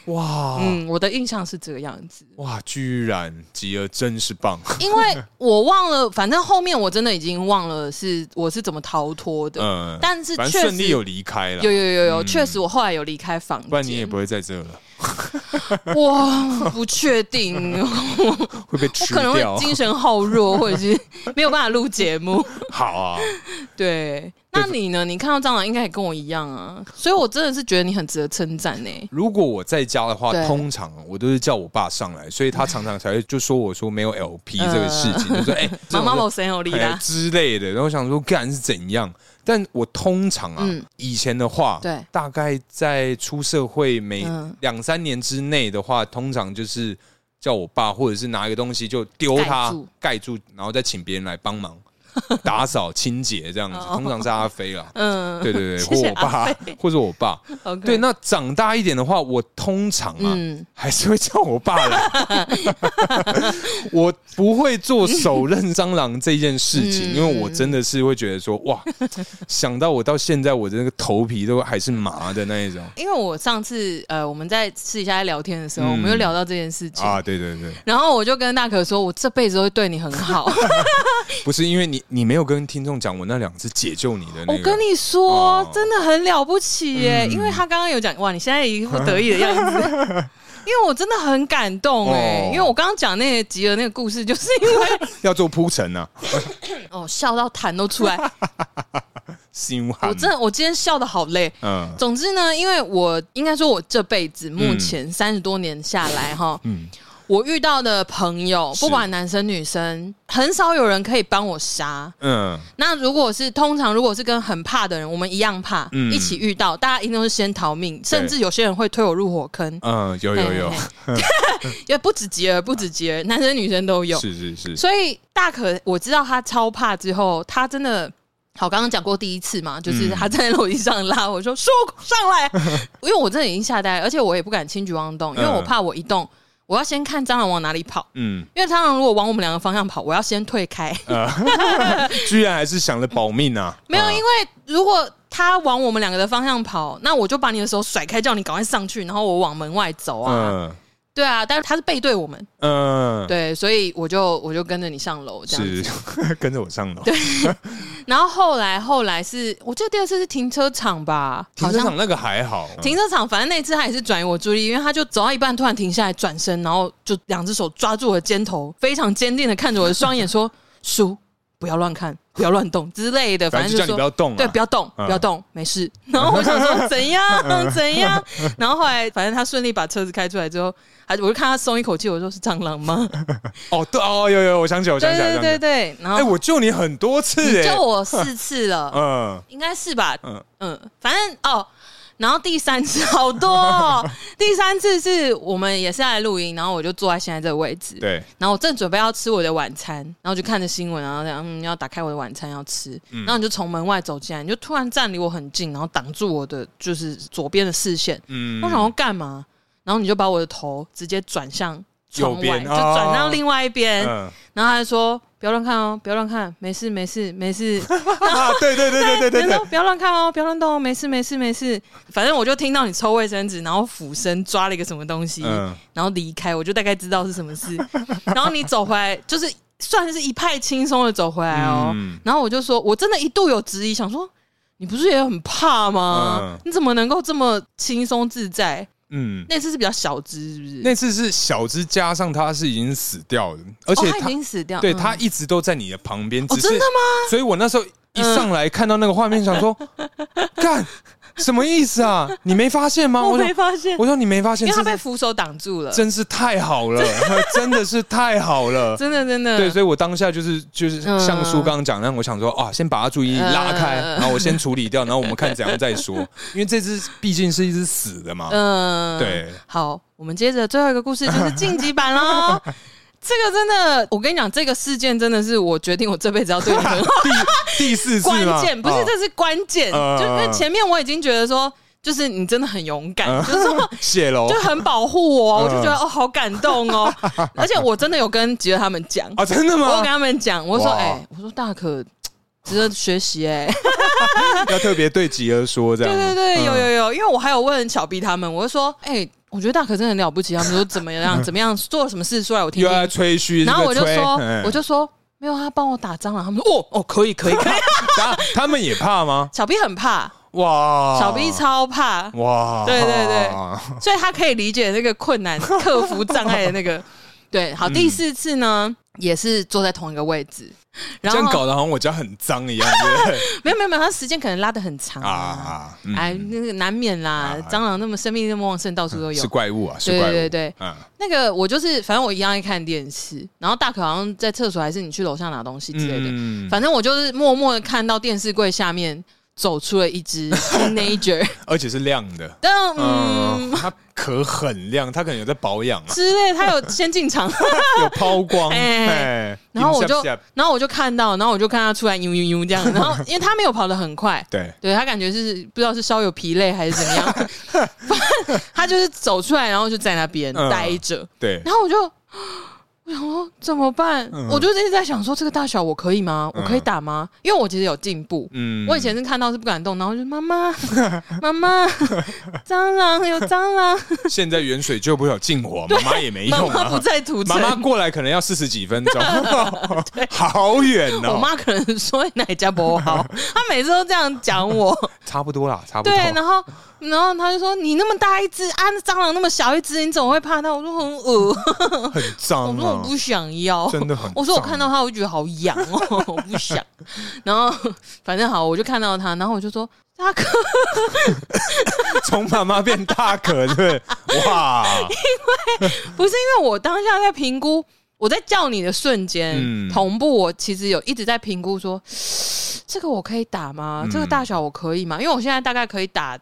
[SPEAKER 1] 哇
[SPEAKER 2] 嗯，我的印象是这个样 子，
[SPEAKER 1] 哇，居然吉儿真是棒，
[SPEAKER 2] 因为我忘了，反正后面我真的已经忘了是我是怎么逃脱的，
[SPEAKER 1] 嗯，
[SPEAKER 2] 但是
[SPEAKER 1] 反
[SPEAKER 2] 确
[SPEAKER 1] 正顺
[SPEAKER 2] 实
[SPEAKER 1] 利有离开了
[SPEAKER 2] 有。有有有，确、实我后来有离开房间，
[SPEAKER 1] 不然你也不会在这了，
[SPEAKER 2] 我不确定，
[SPEAKER 1] 会被
[SPEAKER 2] 我
[SPEAKER 1] 吃
[SPEAKER 2] 可能
[SPEAKER 1] 掉
[SPEAKER 2] 会。精神耗弱，或者是没有办法录节目。
[SPEAKER 1] 好啊，
[SPEAKER 2] 对，那你呢？你看到蟑螂应该也跟我一样啊，所以我真的是觉得你很值得称赞欸呢。
[SPEAKER 1] 如果我在家的话，
[SPEAKER 2] 对
[SPEAKER 1] 通常我都是叫我爸上来，所以他常常才会就说我说没有 LP 这个事情，就说哎，这
[SPEAKER 2] 嗯妈
[SPEAKER 1] 种
[SPEAKER 2] 妈某神有力
[SPEAKER 1] 哎
[SPEAKER 2] 啦，
[SPEAKER 1] 之类的。然后我想说干是怎样？但我通常啊，
[SPEAKER 2] 嗯
[SPEAKER 1] 以前的话，
[SPEAKER 2] 对
[SPEAKER 1] 大概在出社会每
[SPEAKER 2] 嗯
[SPEAKER 1] 两三年之内的话，通常就是叫我爸或者是拿一个东西就丢
[SPEAKER 2] 盖
[SPEAKER 1] 他
[SPEAKER 2] 住
[SPEAKER 1] 盖住，然后再请别人来帮忙。打扫、清洁这样子，通常是阿飞 啦。
[SPEAKER 2] 嗯，
[SPEAKER 1] 对对对，
[SPEAKER 2] 哦谢
[SPEAKER 1] 或
[SPEAKER 2] 谢
[SPEAKER 1] 我爸
[SPEAKER 2] 阿飞，
[SPEAKER 1] 或者我爸。
[SPEAKER 2] OK
[SPEAKER 1] 对，那长大一点的话，我通常啊，
[SPEAKER 2] 嗯
[SPEAKER 1] 还是会叫我爸来。 我不会做手刃蟑螂这件事情，
[SPEAKER 2] 嗯
[SPEAKER 1] 因为我真的是会觉得说，哇，想到我到现在我的那个头皮都还是麻的那一种
[SPEAKER 2] 因为我上次呃我们在私底下在聊天的时候，
[SPEAKER 1] 嗯
[SPEAKER 2] 我们又聊到这件事情。
[SPEAKER 1] 啊！对对对，
[SPEAKER 2] 然后我就跟大可说，我这辈子都会对你很 好。
[SPEAKER 1] 不是因为你你没有跟听众讲我那两次解救你的那个，
[SPEAKER 2] 我跟你说，
[SPEAKER 1] 哦
[SPEAKER 2] 真的很了不起耶！
[SPEAKER 1] 嗯
[SPEAKER 2] 因为他刚刚有讲，哇，你现在一副得意的样子， 因为我真的很感动哎、
[SPEAKER 1] 哦
[SPEAKER 2] 因为我刚刚讲那个吉儿那个故事，就是因 为
[SPEAKER 1] 要做铺陈啊，
[SPEAKER 2] 哦笑到痰都出来，
[SPEAKER 1] 心寒。
[SPEAKER 2] 我真的我今天笑的好累。
[SPEAKER 1] 嗯
[SPEAKER 2] 总之呢，因为我应该说，我这辈子目前三十多年下来哈，
[SPEAKER 1] 嗯
[SPEAKER 2] 我遇到的朋友，
[SPEAKER 1] 是
[SPEAKER 2] 不管男生女生，很少有人可以帮我杀。
[SPEAKER 1] 嗯
[SPEAKER 2] 那如果是通常，如果是跟很怕的人，我们一样怕，
[SPEAKER 1] 嗯
[SPEAKER 2] 一起遇到，大家一定都是先逃命，甚至有些人会推我入火坑。
[SPEAKER 1] 嗯，有有有
[SPEAKER 2] 嘿，嘿嘿 也不止吉儿，不止吉儿，男生女生都有。
[SPEAKER 1] 是是是，
[SPEAKER 2] 所以大可我知道他超怕之后，他真的。好，刚刚讲过第一次
[SPEAKER 1] 嗯
[SPEAKER 2] 嘛，就是他站在楼梯上拉我说：“说上来！” 因为我真的已经吓呆了，而且我也不敢轻举妄动，因为
[SPEAKER 1] 嗯
[SPEAKER 2] 我怕我一动，我要先看蟑螂往哪里跑。
[SPEAKER 1] 嗯
[SPEAKER 2] 因为蟑螂如果往我们两个方向跑，我要先退开。
[SPEAKER 1] 居然还是想了保命啊！
[SPEAKER 2] 没有，
[SPEAKER 1] 啊
[SPEAKER 2] 因为如果他往我们两个的方向跑，那我就把你的手甩开，叫你赶快上去，然后我往门外走啊。
[SPEAKER 1] 嗯
[SPEAKER 2] 对啊，但是他是背对我们，
[SPEAKER 1] 嗯，
[SPEAKER 2] 对，所以我就我就跟着你上楼这样子。
[SPEAKER 1] 是 跟着我上楼。
[SPEAKER 2] 然后后来后来是我记得第二次是停车场吧，
[SPEAKER 1] 停车
[SPEAKER 2] 好像
[SPEAKER 1] 场那个还好，
[SPEAKER 2] 停车场，反正那次他也是转移我注意力，因为他就走到一半突然停下来，转身，然后就两只手抓住我的肩头，非常坚定的看着我的 双眼说：“叔，不要乱看，不要乱动之类的。”
[SPEAKER 1] 反
[SPEAKER 2] 反
[SPEAKER 1] 正
[SPEAKER 2] 正
[SPEAKER 1] 就叫你
[SPEAKER 2] 就说
[SPEAKER 1] 不要动啊，
[SPEAKER 2] 对，不要动，
[SPEAKER 1] 嗯
[SPEAKER 2] 不要动，没事。然后我想说怎样 怎样，然后后来反正他顺利把车子开出来之后，还我就看他松一口气，我说是蟑螂吗？
[SPEAKER 1] 哦，对哦，有有，我想起来，我想
[SPEAKER 2] 对
[SPEAKER 1] 起来，
[SPEAKER 2] 对
[SPEAKER 1] 我想
[SPEAKER 2] 对
[SPEAKER 1] 起来
[SPEAKER 2] 对，然
[SPEAKER 1] 哎，
[SPEAKER 2] 后
[SPEAKER 1] 我救你很多次
[SPEAKER 2] 你救
[SPEAKER 1] 哎，
[SPEAKER 2] 我四次了，
[SPEAKER 1] 嗯，
[SPEAKER 2] 应该是吧？
[SPEAKER 1] 嗯
[SPEAKER 2] 嗯反正哦。然后第三次好多、 哦，第三次是我们也是在录音，然后我就坐在现在这个位置，
[SPEAKER 1] 对，
[SPEAKER 2] 然后我正准备要吃我的晚餐，然后就看着新闻，然后讲嗯要打开我的晚餐要吃，
[SPEAKER 1] 嗯
[SPEAKER 2] 然后你就从门外走进来，你就突然站离我很近，然后挡住我的就是左边的视线，
[SPEAKER 1] 嗯
[SPEAKER 2] 我想要干嘛？然后你就把我的头直接转向
[SPEAKER 1] 右
[SPEAKER 2] 窗外，
[SPEAKER 1] 边
[SPEAKER 2] 就
[SPEAKER 1] 哦
[SPEAKER 2] 转到另外一边，
[SPEAKER 1] 嗯，
[SPEAKER 2] 然后他就说不要乱看哦，不要乱看，没事没事没事，
[SPEAKER 1] 啊，对对对对对对
[SPEAKER 2] 别
[SPEAKER 1] 对
[SPEAKER 2] 动，，不要乱看哦，不要乱动哦，没事没事没事。反正我就听到你抽卫生纸，然后俯身抓了一个什么东西，
[SPEAKER 1] 嗯
[SPEAKER 2] 然后离开，我就大概知道是什么事。然后你走回来，就是算是一派轻松的走回来哦。
[SPEAKER 1] 嗯
[SPEAKER 2] 然后我就说，我真的一度有质疑，想说你不是也很怕吗？
[SPEAKER 1] 嗯
[SPEAKER 2] 你怎么能够这么轻松自在？
[SPEAKER 1] 嗯。
[SPEAKER 2] 那次是比较小只，是不是？哦
[SPEAKER 1] 那次是小只加上他是已经死掉了，而且
[SPEAKER 2] 哦、他已经死掉，
[SPEAKER 1] 对
[SPEAKER 2] 嗯
[SPEAKER 1] 他一直都在你的旁边，
[SPEAKER 2] 哦
[SPEAKER 1] 只是
[SPEAKER 2] 真的嗯
[SPEAKER 1] 吗？所以我那时候一上来看到那个画面，想说，干什么意思啊？你没发现吗？
[SPEAKER 2] 我
[SPEAKER 1] 我
[SPEAKER 2] 没
[SPEAKER 1] 说，
[SPEAKER 2] 发现，
[SPEAKER 1] 我说你没发现，
[SPEAKER 2] 因为他
[SPEAKER 1] 真
[SPEAKER 2] 被
[SPEAKER 1] 是
[SPEAKER 2] 扶手挡住了，
[SPEAKER 1] 真是太好 了，真的是太好了。
[SPEAKER 2] 真的真的
[SPEAKER 1] 对，所以我当下就是就是
[SPEAKER 2] 嗯
[SPEAKER 1] 像叔刚刚讲那样，我想说啊，先把他注意力拉开，
[SPEAKER 2] 嗯
[SPEAKER 1] 然后我先处理掉，然后我们看怎样再 说，因为这只毕竟是一只死的嘛。
[SPEAKER 2] 嗯，
[SPEAKER 1] 对。
[SPEAKER 2] 好，我们接着最后一个故事就是晋级版喽。 这个真的，我跟你讲，这个事件真的是我决定我这辈子要对你很好
[SPEAKER 1] 第第四次
[SPEAKER 2] 关
[SPEAKER 1] 嘛
[SPEAKER 2] 键，不是
[SPEAKER 1] 啊
[SPEAKER 2] 这是关键，
[SPEAKER 1] 嗯
[SPEAKER 2] 就因为
[SPEAKER 1] 嗯
[SPEAKER 2] 前面我已经觉得说，就是你真的很勇敢，
[SPEAKER 1] 呃
[SPEAKER 2] 就是说
[SPEAKER 1] 血楼
[SPEAKER 2] 就很保护我，
[SPEAKER 1] 嗯
[SPEAKER 2] 我就觉得哦好感动哦，而且我真的有跟吉儿他们讲，
[SPEAKER 1] 啊，真的
[SPEAKER 2] 我有
[SPEAKER 1] 吗
[SPEAKER 2] 跟？他们讲，我说
[SPEAKER 1] 哇
[SPEAKER 2] 哎，我说大可值得学习哎，
[SPEAKER 1] 要特别对吉儿说这样。
[SPEAKER 2] 对对对，有
[SPEAKER 1] 嗯
[SPEAKER 2] 有有，因为我还有问小 B 他们，我就说，哎、我觉得大可真的很了不起，他们说怎 么样怎么样做了什么事，说来我听
[SPEAKER 1] 又要
[SPEAKER 2] 听。
[SPEAKER 1] 吹嘘，
[SPEAKER 2] 然后我就
[SPEAKER 1] 这个吹
[SPEAKER 2] 说
[SPEAKER 1] 嗯，
[SPEAKER 2] 我就说没有，他啊帮我打蟑螂，他们说哦哦可以 可以可以，
[SPEAKER 1] 他他们也怕吗？
[SPEAKER 2] 小 B 很怕，
[SPEAKER 1] 哇，
[SPEAKER 2] 小 B 超怕，
[SPEAKER 1] 哇，
[SPEAKER 2] 对对 对所以他可以理解那个困难克服障碍的 那个。对，
[SPEAKER 1] 嗯
[SPEAKER 2] 好，第四次呢也是坐在同一个位置，然
[SPEAKER 1] 这样
[SPEAKER 2] 后
[SPEAKER 1] 搞得好像我家很脏一样，对不对？
[SPEAKER 2] 没有没有没有，他时间可能拉的很长啊。
[SPEAKER 1] 啊，嗯啊
[SPEAKER 2] 哎，那个难免啦，蟑螂那么生命那么旺盛，到处都有。
[SPEAKER 1] 是怪物啊，是
[SPEAKER 2] 对
[SPEAKER 1] 怪物，
[SPEAKER 2] 对对
[SPEAKER 1] 嗯，
[SPEAKER 2] 那个我就是，反正我一样爱看电视，然后大可好像在厕所，还是你去楼下拿东西之类的。
[SPEAKER 1] 嗯
[SPEAKER 2] 反正我就是默默的看到电视柜下面走出了一只 teenager，
[SPEAKER 1] 而且是亮的，
[SPEAKER 2] 但
[SPEAKER 1] 嗯，
[SPEAKER 2] 嗯
[SPEAKER 1] 它壳很亮，它可能有在保养啊，
[SPEAKER 2] 之类，他有先 进场，
[SPEAKER 1] 有抛光，
[SPEAKER 2] 哎
[SPEAKER 1] 哎，
[SPEAKER 2] 然后我就
[SPEAKER 1] inception，
[SPEAKER 2] 然后我就看到，然后我就看他出来呦呦呦这 样，然后因为他没有跑得很快，
[SPEAKER 1] 对，
[SPEAKER 2] 对他感觉是不知道是稍有疲累还是怎么 样，反正他就是走出来，然后就在那边
[SPEAKER 1] 嗯
[SPEAKER 2] 待着，
[SPEAKER 1] 对，
[SPEAKER 2] 然后我就。 我想说怎么办？
[SPEAKER 1] 嗯
[SPEAKER 2] 我就一直在想说，这个大小我可以吗？我可以打吗？因为我其实有进步，
[SPEAKER 1] 嗯
[SPEAKER 2] 我以前是看到是不敢动，然后就 妈妈妈妈，蟑螂有蟑螂，
[SPEAKER 1] 现在远水救不了近火，妈妈也没
[SPEAKER 2] 妈
[SPEAKER 1] 用
[SPEAKER 2] 妈不
[SPEAKER 1] 啊。
[SPEAKER 2] 在土
[SPEAKER 1] 妈
[SPEAKER 2] 城。
[SPEAKER 1] 妈过来可能要四十几分钟， 好远
[SPEAKER 2] 我
[SPEAKER 1] 哦。
[SPEAKER 2] 妈可能说哪一家不 好，她每次都这样讲我。
[SPEAKER 1] 差不多啦，差不
[SPEAKER 2] 对
[SPEAKER 1] 多。，
[SPEAKER 2] 然后然后她就说你那么大一只啊，那蟑螂那么小一只，你怎么会怕它？我说很恶，
[SPEAKER 1] 很
[SPEAKER 2] 我
[SPEAKER 1] 脏
[SPEAKER 2] 说我
[SPEAKER 1] 啊，
[SPEAKER 2] 不想要，
[SPEAKER 1] 真的很脏。
[SPEAKER 2] 我说我看到它，我就觉得好痒哦，我不想。然后反正好，我就看到它，然后我就说大哥，
[SPEAKER 1] 从妈妈变大可对不对， 哇，
[SPEAKER 2] 不是因为我当下在评估，我在叫你的瞬间、
[SPEAKER 1] 嗯
[SPEAKER 2] 同步，我其实有一直在评估说，这个我可以打吗？
[SPEAKER 1] 嗯
[SPEAKER 2] 这个大小我可以吗？因为我现在大概可以打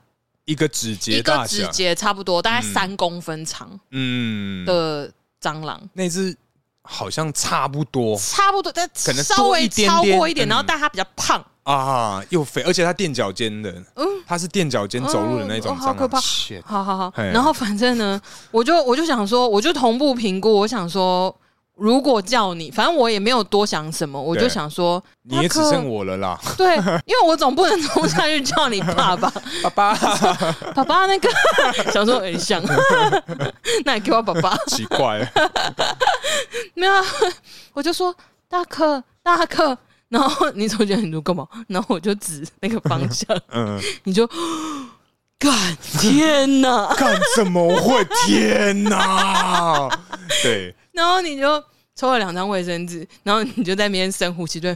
[SPEAKER 1] 一个指节
[SPEAKER 2] 一
[SPEAKER 1] 大
[SPEAKER 2] 个指
[SPEAKER 1] 小，
[SPEAKER 2] 节差不多大概
[SPEAKER 1] 嗯
[SPEAKER 2] 三公分长
[SPEAKER 1] 嗯，
[SPEAKER 2] 的蟑螂。
[SPEAKER 1] 那只好像差不多
[SPEAKER 2] 差不多，但
[SPEAKER 1] 可能多
[SPEAKER 2] 稍微
[SPEAKER 1] 一点
[SPEAKER 2] 超过
[SPEAKER 1] 点
[SPEAKER 2] 一
[SPEAKER 1] 嗯
[SPEAKER 2] 点，然后但它比较胖，
[SPEAKER 1] 啊，又肥，而且它垫脚尖的，
[SPEAKER 2] 嗯
[SPEAKER 1] 它是垫脚尖走路的那种
[SPEAKER 2] 嗯哦
[SPEAKER 1] 蟑
[SPEAKER 2] 好
[SPEAKER 1] 螂，
[SPEAKER 2] 可怕
[SPEAKER 1] Shit
[SPEAKER 2] 好好好。
[SPEAKER 1] 嘿
[SPEAKER 2] 然后反正呢，我就我就想说，我就同步评估，我想说，如果叫你，反正我也没有多想什么，我就
[SPEAKER 1] 对
[SPEAKER 2] 想说，
[SPEAKER 1] 你也只
[SPEAKER 2] 大哥
[SPEAKER 1] 剩我了啦，
[SPEAKER 2] 对，因为我总不能冲下去叫你爸爸，
[SPEAKER 1] 爸爸，
[SPEAKER 2] 爸爸那个 想说很 像，那你给我爸爸
[SPEAKER 1] 奇怪，
[SPEAKER 2] 没有啊，我就说大可大可，然后你总觉得你说干嘛？然后我就指那个方向，
[SPEAKER 1] 嗯，
[SPEAKER 2] 你就干天哪！
[SPEAKER 1] 干怎么会？天哪！对，
[SPEAKER 2] 然后你就抽了两张卫生纸，然后你就在那边深呼吸，对，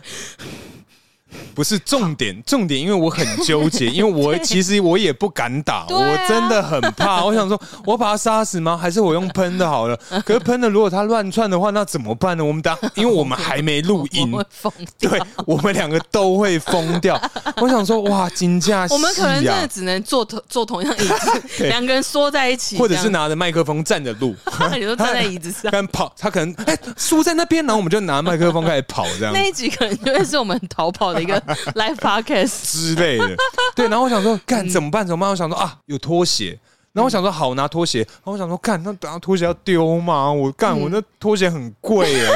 [SPEAKER 1] 不是重点，重点，因为我很纠 结，因为我其实我也不敢打，
[SPEAKER 2] 对啊
[SPEAKER 1] 我真的很怕。我想说，我把它杀死吗？还是我用喷的好了？可是喷的，如果它乱窜的话，那怎么办呢？我们打，因为我们还没录
[SPEAKER 2] 我
[SPEAKER 1] 音，
[SPEAKER 2] 会疯掉。
[SPEAKER 1] 对我们两个都会疯 掉。我想说，哇，金价、啊，
[SPEAKER 2] 我们可能真的只能坐同坐同样椅子，
[SPEAKER 1] 对
[SPEAKER 2] 两个人缩在一起这
[SPEAKER 1] 或
[SPEAKER 2] 样，
[SPEAKER 1] 者是拿着麦克风站着 录，
[SPEAKER 2] 你就站在椅 子上。
[SPEAKER 1] 但跑，他可能哎、输在那边，然后我们就拿麦克风开始跑这样
[SPEAKER 2] 那一集可能就会是我们逃跑的一个 live podcast。
[SPEAKER 1] 之类 的。对，然后我想说，干怎么办？怎么办？我想说啊，有拖鞋。然后我想说，好拿拖鞋。然后我想说，干那等下拖鞋要丢吗？我干我那拖鞋很贵 耶、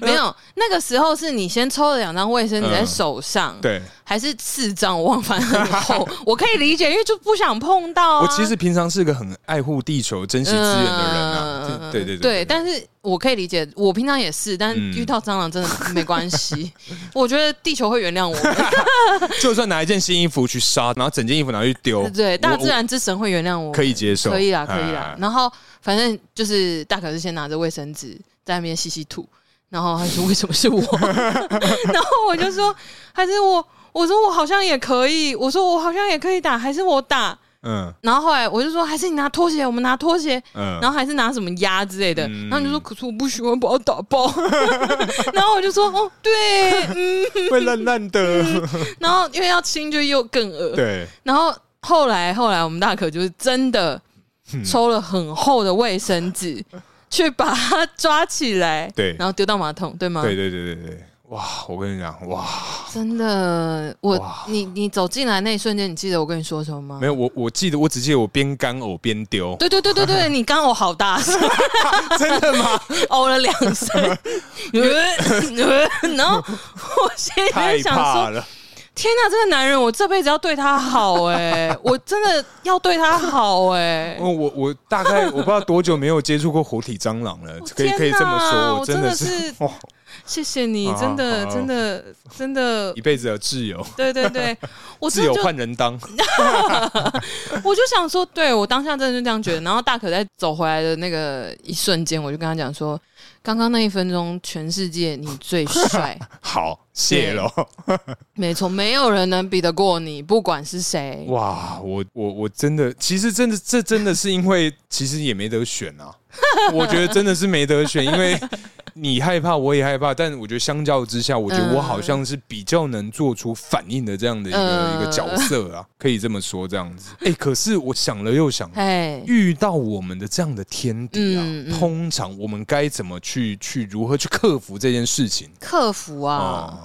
[SPEAKER 2] 没有，那个时候是你先抽了两张卫生纸在
[SPEAKER 1] 嗯
[SPEAKER 2] 手上，，
[SPEAKER 1] 对
[SPEAKER 2] 还是四张？我忘了，反正很 厚。我可以理解，因为就不想碰到啊。
[SPEAKER 1] 我其实平常是个很爱护地球、珍惜资源的人啊。
[SPEAKER 2] 嗯
[SPEAKER 1] 对对对
[SPEAKER 2] 对，但是我可以理解，我平常也是，但
[SPEAKER 1] 嗯
[SPEAKER 2] 遇到蟑螂真的没关 系。我觉得地球会原谅我们，
[SPEAKER 1] 就算拿一件新衣服去杀，然后整件衣服拿去丢，
[SPEAKER 2] 对，大
[SPEAKER 1] 哦我
[SPEAKER 2] 自然之神会原谅
[SPEAKER 1] 我
[SPEAKER 2] 我们，
[SPEAKER 1] 可以接受，
[SPEAKER 2] 可以啦，可以啦
[SPEAKER 1] 哎。
[SPEAKER 2] 然后反正就是大可是先拿着卫生纸在那边吸吸吐，然后他说为什么是我？ 然后我就说还是我，我说我好像也可以，我说我好像也可以打，还是我打。
[SPEAKER 1] 嗯
[SPEAKER 2] 然后后来我就说还是你拿拖鞋，我们拿拖鞋。
[SPEAKER 1] 嗯，
[SPEAKER 2] 然后还是拿什么鸭之类的，
[SPEAKER 1] 嗯
[SPEAKER 2] 然后你就说：“可是我不喜欢把它打爆。” 然后我就说：“哦，对，嗯。
[SPEAKER 1] 会烂烂的，”
[SPEAKER 2] 然后因为要亲就又更恶
[SPEAKER 1] 对，
[SPEAKER 2] 然后后来后来，我们大可就是真的抽了很厚的卫 生纸、去把它抓起来，
[SPEAKER 1] 对
[SPEAKER 2] 然后丢到马桶，对吗？
[SPEAKER 1] 对对对对对，哇！我跟你讲，哇，
[SPEAKER 2] 真的，我
[SPEAKER 1] 哇
[SPEAKER 2] 你你走进来那一瞬间，你记得我跟你说什么吗
[SPEAKER 1] 没？有我，我记得我只记得我边干呕边丢，
[SPEAKER 2] 对对对对 对，你刚刚我好大声，
[SPEAKER 1] 真的 吗？
[SPEAKER 2] 呕了两 声，呃然后我现在
[SPEAKER 1] 太
[SPEAKER 2] 想
[SPEAKER 1] 怕
[SPEAKER 2] 说，
[SPEAKER 1] 了，
[SPEAKER 2] 天哪，这个男人，我这辈子要对他好 哎、我真的要对他好哎、
[SPEAKER 1] 我我我大概我不知道多久没有接触过活体蟑螂 了，可以可以这么
[SPEAKER 2] 天哪
[SPEAKER 1] 说，
[SPEAKER 2] 我
[SPEAKER 1] 我
[SPEAKER 2] 真
[SPEAKER 1] 真
[SPEAKER 2] 的
[SPEAKER 1] 的是
[SPEAKER 2] 是
[SPEAKER 1] 哇，
[SPEAKER 2] 谢谢你，
[SPEAKER 1] 好
[SPEAKER 2] 真的
[SPEAKER 1] 啊好
[SPEAKER 2] 真的真的
[SPEAKER 1] 一辈子的挚友，
[SPEAKER 2] 对对对，我
[SPEAKER 1] 挚
[SPEAKER 2] 真
[SPEAKER 1] 友
[SPEAKER 2] 的就
[SPEAKER 1] 换人当，
[SPEAKER 2] 我就想说，对我当下真的就这样觉得。然后大可在走回来的那个一瞬间，我就跟他讲说，刚刚那一分钟，全世界你 最帅，
[SPEAKER 1] 好谢喽，
[SPEAKER 2] 没错，没有人能比得过你，不管是谁。
[SPEAKER 1] 哇！我我我真的，其实真的这真的是因为其实也没得选啊，我觉得真的是没得选，因为你害怕，我也害怕，但我觉得相较之下，我觉得我好像是比较能做出反应的这样的一个、
[SPEAKER 2] 嗯
[SPEAKER 1] 一个角色啊，可以这么说这样子。哎、可是我想了又想，
[SPEAKER 2] 哎，
[SPEAKER 1] 遇到我们的这样的天敌啊，
[SPEAKER 2] 嗯嗯
[SPEAKER 1] 通常我们该怎么去去如何去克服这件事情
[SPEAKER 2] 客服啊，
[SPEAKER 1] 啊？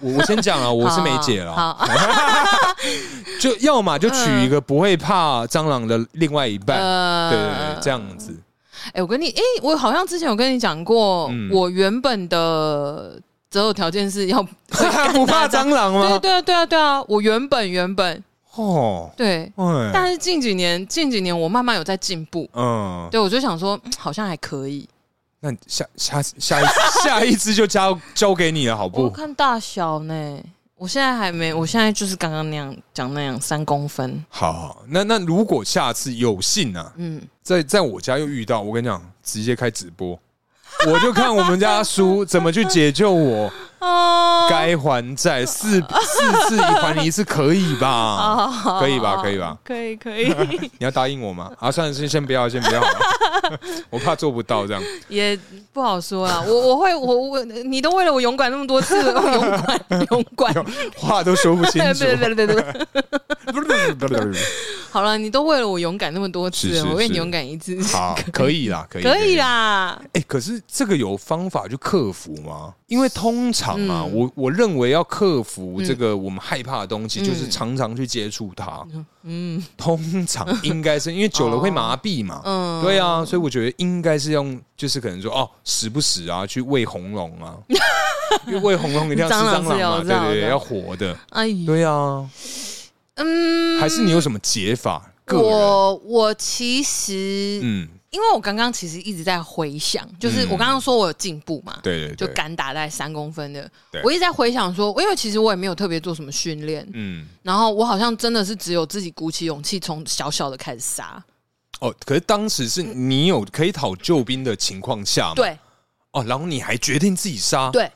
[SPEAKER 1] 我我先讲啊，我是梅姐了，
[SPEAKER 2] 好，好 嗯
[SPEAKER 1] 就要么就娶一个不会怕蟑螂的另外一半，
[SPEAKER 2] 呃
[SPEAKER 1] 哎对对对，这样子，
[SPEAKER 2] 哎，我跟你，哎，我好像之前有跟你讲过
[SPEAKER 1] 嗯，
[SPEAKER 2] 我原本的择偶条件是 要，
[SPEAKER 1] 不怕蟑螂吗
[SPEAKER 2] 对？对啊对啊对啊，我原本原本
[SPEAKER 1] 哦，
[SPEAKER 2] 对，
[SPEAKER 1] 哎
[SPEAKER 2] 但是近几年近几年我慢慢有在进步，
[SPEAKER 1] 嗯，
[SPEAKER 2] 对我就想说嗯好像还可以，
[SPEAKER 1] 那你下下下一 下一只就交交给你了，好
[SPEAKER 2] 我
[SPEAKER 1] 不？
[SPEAKER 2] 看大小呢，我现在还没，我现在就是刚刚那样讲那样三公分，
[SPEAKER 1] 好好，那那如果下次有幸啊，
[SPEAKER 2] 嗯，
[SPEAKER 1] 在在我家又遇到，我跟你讲，直接开直播，我就看我们家叔怎么去解救我，
[SPEAKER 2] 哦，
[SPEAKER 1] 该还债四四次还一次可以吧？
[SPEAKER 2] 哦
[SPEAKER 1] 可以吧可以吧，
[SPEAKER 2] 可以可以，
[SPEAKER 1] 你要答应我 吗？啊，算了，先先不要，先不要好了， 我怕做不到这样。
[SPEAKER 2] 也不好说啦，我我会我我你都为了我勇敢那么多次了，勇敢勇敢，
[SPEAKER 1] 话都说不清
[SPEAKER 2] 对
[SPEAKER 1] 楚。
[SPEAKER 2] 对对对对，好了，你都为了我勇敢那么多次
[SPEAKER 1] 是
[SPEAKER 2] 了，
[SPEAKER 1] 是
[SPEAKER 2] 我为
[SPEAKER 1] 是
[SPEAKER 2] 你勇敢一次，
[SPEAKER 1] 好，可以啦，可以，
[SPEAKER 2] 可以。啦，
[SPEAKER 1] 哎、可是这个有方法去克服吗？因为通常啊，
[SPEAKER 2] 嗯
[SPEAKER 1] 我我认为要克服这个我们害怕的东西，就是
[SPEAKER 2] 嗯
[SPEAKER 1] 常常去接触它。
[SPEAKER 2] 嗯
[SPEAKER 1] 通常应该是因为久了会麻痹嘛。
[SPEAKER 2] 嗯，
[SPEAKER 1] 对啊，所以我觉得应该是用，就是可能说哦，时不时啊去喂红龙 啊，因为喂红龙一定要吃
[SPEAKER 2] 蟑
[SPEAKER 1] 蟑
[SPEAKER 2] 螂是
[SPEAKER 1] 螂
[SPEAKER 2] 有
[SPEAKER 1] 嘛，
[SPEAKER 2] 我知
[SPEAKER 1] 对
[SPEAKER 2] 道
[SPEAKER 1] 对
[SPEAKER 2] 我知
[SPEAKER 1] 对，
[SPEAKER 2] 道
[SPEAKER 1] 要活的。
[SPEAKER 2] 哎，
[SPEAKER 1] 对啊，
[SPEAKER 2] 嗯，
[SPEAKER 1] 还是你有什么解法？个人，啊
[SPEAKER 2] 我我其实，
[SPEAKER 1] 嗯，
[SPEAKER 2] 因为我刚刚其实一直在回想，就是
[SPEAKER 1] 嗯
[SPEAKER 2] 我刚刚说我有进步嘛，
[SPEAKER 1] 对对
[SPEAKER 2] 就
[SPEAKER 1] 对，
[SPEAKER 2] 敢打在三公分的
[SPEAKER 1] 对，
[SPEAKER 2] 我一直在回想说，因为其实我也没有特别做什么训练，
[SPEAKER 1] 嗯，
[SPEAKER 2] 然后我好像真的是只有自己鼓起勇气从小小的开始杀，
[SPEAKER 1] 哦，可是当时是你有可以讨救兵的情况下嘛？
[SPEAKER 2] 嗯对
[SPEAKER 1] 哦，然后你还决定自己杀？，
[SPEAKER 2] 对，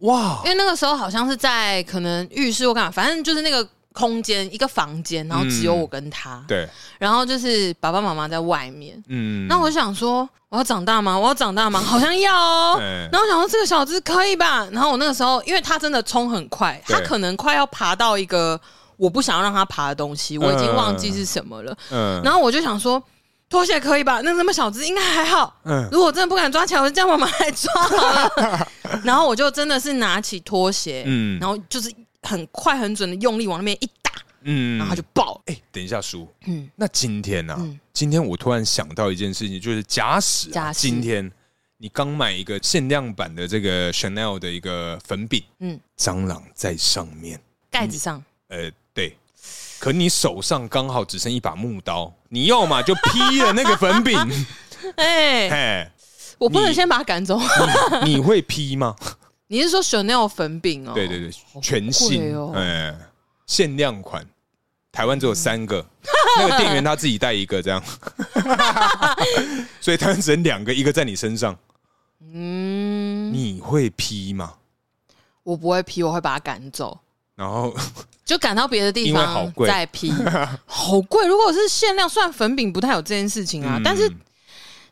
[SPEAKER 1] 哇
[SPEAKER 2] 因，为那个时候好像是在可能浴室或干嘛，反正就是那个空间一个房间，然后只有我跟他，
[SPEAKER 1] 嗯对，
[SPEAKER 2] 然后就是爸爸妈妈在外面，
[SPEAKER 1] 嗯，
[SPEAKER 2] 那我想说我要长大吗？我要长 大吗？好像要哦。
[SPEAKER 1] 哎
[SPEAKER 2] 然后我想说这个小子可以吧？然后我那个时候，因为他真的冲很快，
[SPEAKER 1] 对
[SPEAKER 2] 他可能快要爬到一个我不想要让他爬的东西，我已经忘记是什么了。
[SPEAKER 1] 嗯
[SPEAKER 2] 然后我就想说，拖鞋可以吧？那那么小只应该还好。
[SPEAKER 1] 嗯
[SPEAKER 2] 如果真的不敢抓起来，我就叫妈妈来抓 好了。然后我就真的是拿起拖鞋，
[SPEAKER 1] 嗯
[SPEAKER 2] 然后就是很快很准的用力往那边一打，
[SPEAKER 1] 嗯，
[SPEAKER 2] 然后他就爆了。
[SPEAKER 1] 哎，等一下，叔，
[SPEAKER 2] 嗯，
[SPEAKER 1] 那今天呢
[SPEAKER 2] 嗯？
[SPEAKER 1] 今天我突然想到一件事情，就是假使啊
[SPEAKER 2] 假使
[SPEAKER 1] 今天你刚买一个限量版的这个 Chanel 的一个粉饼，
[SPEAKER 2] 嗯，
[SPEAKER 1] 蟑螂在上面，
[SPEAKER 2] 盖子上，
[SPEAKER 1] 呃，对。可你手上刚好只剩一把木刀，你要嘛就劈了那个粉 饼，
[SPEAKER 2] 哎、
[SPEAKER 1] 哎，
[SPEAKER 2] 我不能
[SPEAKER 1] 嗯你
[SPEAKER 2] 先把他赶走。
[SPEAKER 1] 你你会劈吗？
[SPEAKER 2] 你是说 Chanel 粉饼哦？
[SPEAKER 1] 对对对，全新
[SPEAKER 2] 贵哦，
[SPEAKER 1] 哎，限量款，台湾只有三个， 那个店员他自己带一个这 样，所以台湾只能两个，一个在你身上，
[SPEAKER 2] 嗯，
[SPEAKER 1] 你会劈吗？
[SPEAKER 2] 我不会批，我会把它赶走，
[SPEAKER 1] 然后
[SPEAKER 2] 就赶到别的地
[SPEAKER 1] 因为好
[SPEAKER 2] 方
[SPEAKER 1] 贵
[SPEAKER 2] 再 批。好贵，如果是限量，虽然粉饼不太有这件事情啊，
[SPEAKER 1] 嗯
[SPEAKER 2] 但是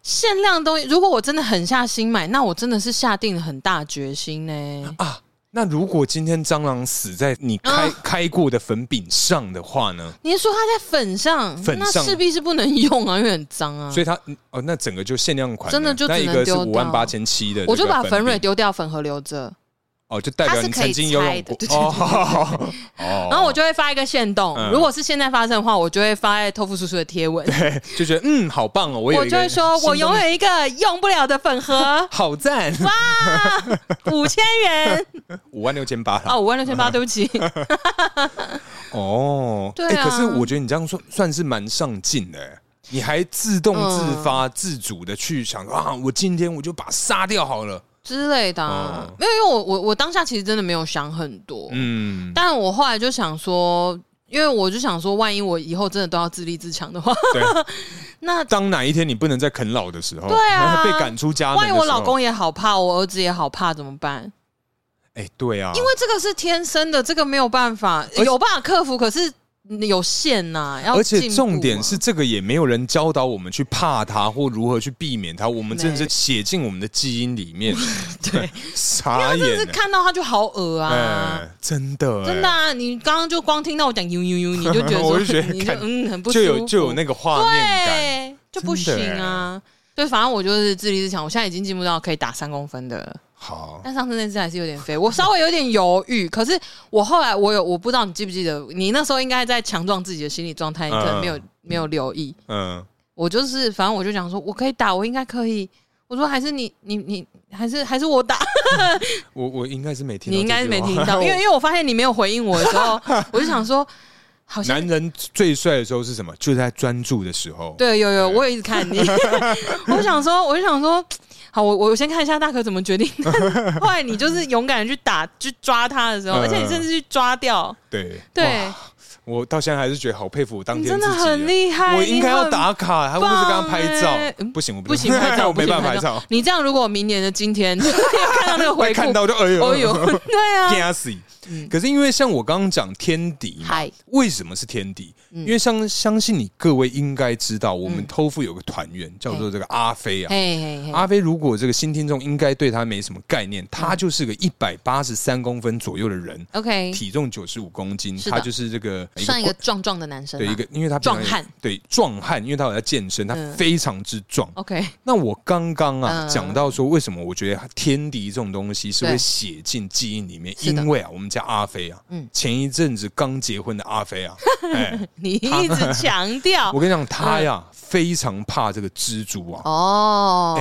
[SPEAKER 2] 限量的东西，如果我真的狠下心买，那我真的是下定了很大决心呢、
[SPEAKER 1] 啊，那如果今天蟑螂死在你开
[SPEAKER 2] 啊
[SPEAKER 1] 开过的粉饼上的话呢？
[SPEAKER 2] 你是说它在粉上，
[SPEAKER 1] 粉上
[SPEAKER 2] 那势必是不能用啊，因为很脏啊
[SPEAKER 1] 所。以它哦，那整个就限量款了，
[SPEAKER 2] 真的就只
[SPEAKER 1] 那
[SPEAKER 2] 能
[SPEAKER 1] 一个是
[SPEAKER 2] 丢
[SPEAKER 1] 五
[SPEAKER 2] 到
[SPEAKER 1] 万八千七的这个饼，
[SPEAKER 2] 我就把粉蕊丢掉，粉盒留着，
[SPEAKER 1] 哦，就代表你曾经游
[SPEAKER 2] 它
[SPEAKER 1] 泳
[SPEAKER 2] 是
[SPEAKER 1] 过
[SPEAKER 2] 可以拆的对对对
[SPEAKER 1] 哦， 哦
[SPEAKER 2] 然后我就会发一个线动。
[SPEAKER 1] 嗯
[SPEAKER 2] 如果是现在发生的话，我就会发在豆腐叔叔的贴文。
[SPEAKER 1] 就觉得嗯，好棒哦，我有
[SPEAKER 2] 我
[SPEAKER 1] 一
[SPEAKER 2] 就
[SPEAKER 1] 个
[SPEAKER 2] 会说，
[SPEAKER 1] 心
[SPEAKER 2] 我
[SPEAKER 1] 动，
[SPEAKER 2] 拥有一个用不了的粉盒
[SPEAKER 1] 好赞，
[SPEAKER 2] 五千 元
[SPEAKER 1] 五万六千八啦。
[SPEAKER 2] 哦，五万六 千八，对不起，
[SPEAKER 1] 哦，
[SPEAKER 2] 对
[SPEAKER 1] 哎
[SPEAKER 2] 啊
[SPEAKER 1] 可是我觉得你这样说算是蛮上进的、哎你还自动自发、自主的去想啊，我今天我就把它杀掉好了。
[SPEAKER 2] 之类的、啊
[SPEAKER 1] 哦。
[SPEAKER 2] 没有，因为我我我当下其实真的没有想很多，
[SPEAKER 1] 嗯，
[SPEAKER 2] 但我后来就想说，因为我就想说，万一我以后真的都要自立自强的话，
[SPEAKER 1] 对。
[SPEAKER 2] 那
[SPEAKER 1] 当哪一天你不能再啃老的时候，
[SPEAKER 2] 对 啊
[SPEAKER 1] 被赶出家门的
[SPEAKER 2] 万一
[SPEAKER 1] 时候，
[SPEAKER 2] 我老公也好怕，我儿子也好怕，怎么办？
[SPEAKER 1] 哎、对啊，因
[SPEAKER 2] 因为这个是天生的，这个没有办法
[SPEAKER 1] 且
[SPEAKER 2] 有办法克服，可是有限呐、要
[SPEAKER 1] 而且
[SPEAKER 2] 进步啊
[SPEAKER 1] 重点
[SPEAKER 2] 嘛
[SPEAKER 1] 是，这个也没有人教导我们去怕它或如何去避免它，我们真的是
[SPEAKER 2] 没
[SPEAKER 1] 写进我们的基因里 面。
[SPEAKER 2] 对，
[SPEAKER 1] 傻
[SPEAKER 2] 真的是
[SPEAKER 1] 眼欸！
[SPEAKER 2] 看到他就好恶啊。
[SPEAKER 1] 哎，真的，
[SPEAKER 2] 真的啊！你刚刚就光听到我讲呦呦呦，你就觉 得
[SPEAKER 1] 我
[SPEAKER 2] 说，
[SPEAKER 1] 就觉得
[SPEAKER 2] 你就
[SPEAKER 1] 看
[SPEAKER 2] 嗯很不
[SPEAKER 1] 就
[SPEAKER 2] 舒
[SPEAKER 1] 有
[SPEAKER 2] 服
[SPEAKER 1] 就有那个画面感。
[SPEAKER 2] 对，就不行
[SPEAKER 1] 真的
[SPEAKER 2] 啊。对，反正我就是自立自强，我现在已经进步到可以打三公分的了。
[SPEAKER 1] 好，
[SPEAKER 2] 但上次那次还是有点飞，我稍微有点犹豫。可是我后来我有，我不知道你记不记得，你那时候应该在强壮自己的心理状态，你可能没有、没有留意。
[SPEAKER 1] 嗯，
[SPEAKER 2] 我就是，反正我就想说，我可以打，我应该可以。我说还是你你你，还是还是我打，
[SPEAKER 1] 我我应该是没听，
[SPEAKER 2] 你应该是没听 到，因为因为我发现你没有回应我的时候，我就想说，好像
[SPEAKER 1] 男人最帅的时候是什么？就在专注的时候。
[SPEAKER 2] 对，有有，我也一直 看你。我想说，我就想说，好，我我先看一下大可怎 么决定。但后来你就是勇敢的去打，去抓他的时候，
[SPEAKER 1] 嗯
[SPEAKER 2] 而且你甚至去抓掉，
[SPEAKER 1] 对
[SPEAKER 2] 对
[SPEAKER 1] 哇我到现在还是觉得好佩服我当
[SPEAKER 2] 你
[SPEAKER 1] 天
[SPEAKER 2] 真的
[SPEAKER 1] 自己啊
[SPEAKER 2] 很厉害。
[SPEAKER 1] 我应该
[SPEAKER 2] 你
[SPEAKER 1] 要
[SPEAKER 2] 很。
[SPEAKER 1] 打卡，还不是跟他拍
[SPEAKER 2] 欸
[SPEAKER 1] 照？
[SPEAKER 2] 嗯
[SPEAKER 1] 不行，我
[SPEAKER 2] 不行，拍 照
[SPEAKER 1] 我没办法
[SPEAKER 2] 不
[SPEAKER 1] 拍
[SPEAKER 2] 行
[SPEAKER 1] 照，
[SPEAKER 2] 你这样，如果明年的今天 看到那个回
[SPEAKER 1] 会
[SPEAKER 2] 顾
[SPEAKER 1] 看，到就哎呦，
[SPEAKER 2] 哦呦，对 啊，
[SPEAKER 1] 惊死！可是因为像我刚刚讲天敌嘛，
[SPEAKER 2] 嗨，嗯
[SPEAKER 1] 为什么是天敌？因为相相信你各位应该知道，我们偷富有个团员叫做这个阿飞啊。
[SPEAKER 2] 嘿嘿嘿，
[SPEAKER 1] 阿飞如果这个新听众应该对他没什么概
[SPEAKER 2] 嗯
[SPEAKER 1] 念，他就是个一百八十三公分左右的人，
[SPEAKER 2] ，OK，
[SPEAKER 1] 体重九十五公斤，
[SPEAKER 2] 是的
[SPEAKER 1] 他就是这个
[SPEAKER 2] 算一个壮壮的男生啊
[SPEAKER 1] 对
[SPEAKER 2] 啦，
[SPEAKER 1] 一个，因为他平常
[SPEAKER 2] 壮汉
[SPEAKER 1] 对壮汉，因为他有在健身，他
[SPEAKER 2] 嗯
[SPEAKER 1] 非常之壮。
[SPEAKER 2] OK，
[SPEAKER 1] 那我刚刚啊
[SPEAKER 2] 嗯
[SPEAKER 1] 讲到说，为什么我觉得天敌这种东西是会
[SPEAKER 2] 对
[SPEAKER 1] 写进记忆里面？
[SPEAKER 2] 是的
[SPEAKER 1] 因为啊，我们家阿飞啊，
[SPEAKER 2] 嗯
[SPEAKER 1] 前一阵子刚结婚的阿 飞啊，哎，
[SPEAKER 2] 你一直强调
[SPEAKER 1] 我跟你讲，他呀
[SPEAKER 2] 嗯
[SPEAKER 1] 非常怕这个蜘蛛啊。哎、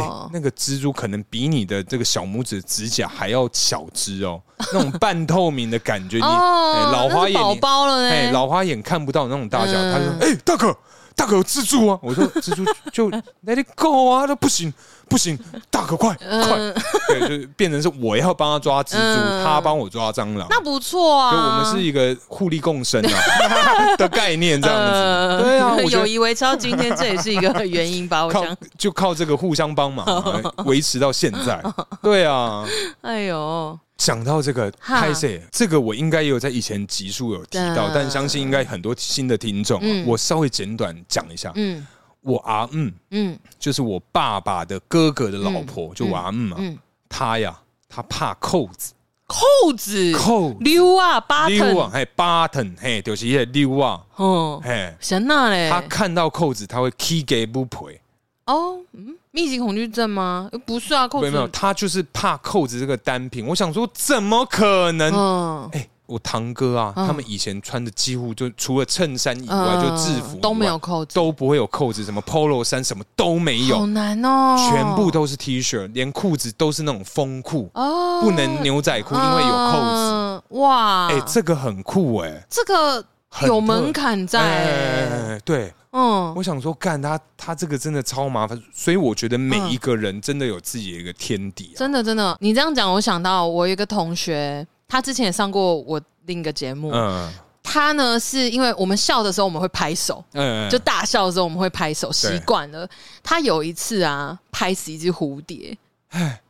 [SPEAKER 2] 哦，
[SPEAKER 1] 那个蜘蛛可能比你的这个小拇指指甲还要小只哦，那种半透明的感觉，你、
[SPEAKER 2] 哦
[SPEAKER 1] 哎，老
[SPEAKER 2] 那
[SPEAKER 1] 花
[SPEAKER 2] 是
[SPEAKER 1] 眼
[SPEAKER 2] 宝
[SPEAKER 1] 你
[SPEAKER 2] 宝了
[SPEAKER 1] 哎、
[SPEAKER 2] 呢，
[SPEAKER 1] 老花眼看不到那种大小，
[SPEAKER 2] 嗯
[SPEAKER 1] 他就说：“哎、大哥，大哥有蜘蛛啊！”我说：“蜘蛛 就 let it go 啊！”他不行，不行，大哥快、快！
[SPEAKER 2] 嗯，
[SPEAKER 1] 对，就是变成是我要帮他抓蜘蛛，
[SPEAKER 2] 嗯
[SPEAKER 1] 他帮我抓蟑螂。
[SPEAKER 2] 那不错啊，
[SPEAKER 1] 就我们是一个互利共生啊 的概念，这样子。
[SPEAKER 2] 呃
[SPEAKER 1] 对 啊，我觉
[SPEAKER 2] 友
[SPEAKER 1] 得
[SPEAKER 2] 谊维持到今天，这也是一个原因吧？我
[SPEAKER 1] 靠
[SPEAKER 2] 想，
[SPEAKER 1] 就靠这个互相帮 忙啊维持到现在。对啊，
[SPEAKER 2] 哎呦，
[SPEAKER 1] 讲到这个
[SPEAKER 2] 哈
[SPEAKER 1] 拍摄，这个我应该也有在以前集数有提到，
[SPEAKER 2] 嗯
[SPEAKER 1] 但相信应该很多新的听众啊、
[SPEAKER 2] 嗯
[SPEAKER 1] 我稍微简短讲一下。
[SPEAKER 2] 嗯
[SPEAKER 1] 我阿嗯，
[SPEAKER 2] 嗯
[SPEAKER 1] 就是我爸爸的哥哥的老婆，就我阿姆嘛，
[SPEAKER 2] 嗯，
[SPEAKER 1] 她呀，她怕扣子，
[SPEAKER 2] 扣子
[SPEAKER 1] 扣子
[SPEAKER 2] 溜啊，八
[SPEAKER 1] 溜啊，
[SPEAKER 2] 腾，
[SPEAKER 1] 嘿，button，嘿，就是一个溜啊，
[SPEAKER 2] 哦，
[SPEAKER 1] 嘿，
[SPEAKER 2] 神呐嘞
[SPEAKER 1] 他，看到扣子，他会 key 给不赔，
[SPEAKER 2] 哦，嗯，密集恐惧症吗？呃不是啊，扣
[SPEAKER 1] 没有
[SPEAKER 2] 子
[SPEAKER 1] 没有，，他就是怕扣子这个单品。我想说，怎么可能？
[SPEAKER 2] 嗯，
[SPEAKER 1] 哎，我堂哥啊，
[SPEAKER 2] 嗯
[SPEAKER 1] 他们以前穿的几乎就除了衬衫以外，
[SPEAKER 2] 嗯
[SPEAKER 1] 就制服以外
[SPEAKER 2] 都没有，扣子，
[SPEAKER 1] 都不会有扣子，什么 polo 衫什么都没
[SPEAKER 2] 好
[SPEAKER 1] 有，
[SPEAKER 2] 难哦，
[SPEAKER 1] 全部都是 T 恤，连裤子都是那种风裤。
[SPEAKER 2] 哦，
[SPEAKER 1] 不能牛仔裤，因为有扣子。
[SPEAKER 2] 嗯，哇，
[SPEAKER 1] 哎、这个很酷哎、
[SPEAKER 2] 这个
[SPEAKER 1] 很
[SPEAKER 2] 有
[SPEAKER 1] 特
[SPEAKER 2] 门槛在欸，
[SPEAKER 1] 哎对，
[SPEAKER 2] 嗯
[SPEAKER 1] 我想说，干他他这个真的超麻烦，所以我觉得每一个人真的有自己的一个天敌啊。
[SPEAKER 2] 真的真的，你这样讲，我想到我有一个同学，他之前也上过我另一个节目，
[SPEAKER 1] 嗯
[SPEAKER 2] 他呢是因为我们笑的时候我们会拍手，
[SPEAKER 1] 嗯，
[SPEAKER 2] 就大笑的时候我们会拍手，习惯了。他有一次啊，拍死一只蝴蝶，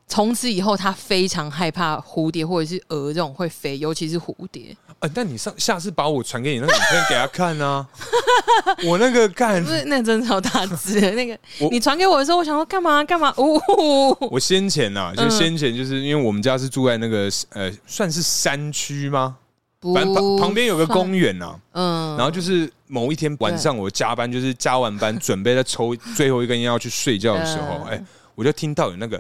[SPEAKER 2] 从此以后他非常害怕蝴蝶或者是蛾这种会飞，尤其是蝴蝶。
[SPEAKER 1] 呃，那你上下次把我传给你那个影片给他看 啊，我那个干
[SPEAKER 2] 不。是，那真的超大只 的那个
[SPEAKER 1] 我。
[SPEAKER 2] 你传给我的时候，我想说干嘛干嘛？呜、哦，
[SPEAKER 1] 我先前呐、啊，就
[SPEAKER 2] 嗯
[SPEAKER 1] 先前就是因为我们家是住在那个呃，算是山区吗？
[SPEAKER 2] 不
[SPEAKER 1] 反正旁旁边有个公
[SPEAKER 2] 哦算，
[SPEAKER 1] 园呐、啊，
[SPEAKER 2] 嗯，
[SPEAKER 1] 然后就是某一天晚上，我加班，就是加完班准备在抽最后一根烟要去睡觉的时候，
[SPEAKER 2] 嗯
[SPEAKER 1] 哎、我就听到有那个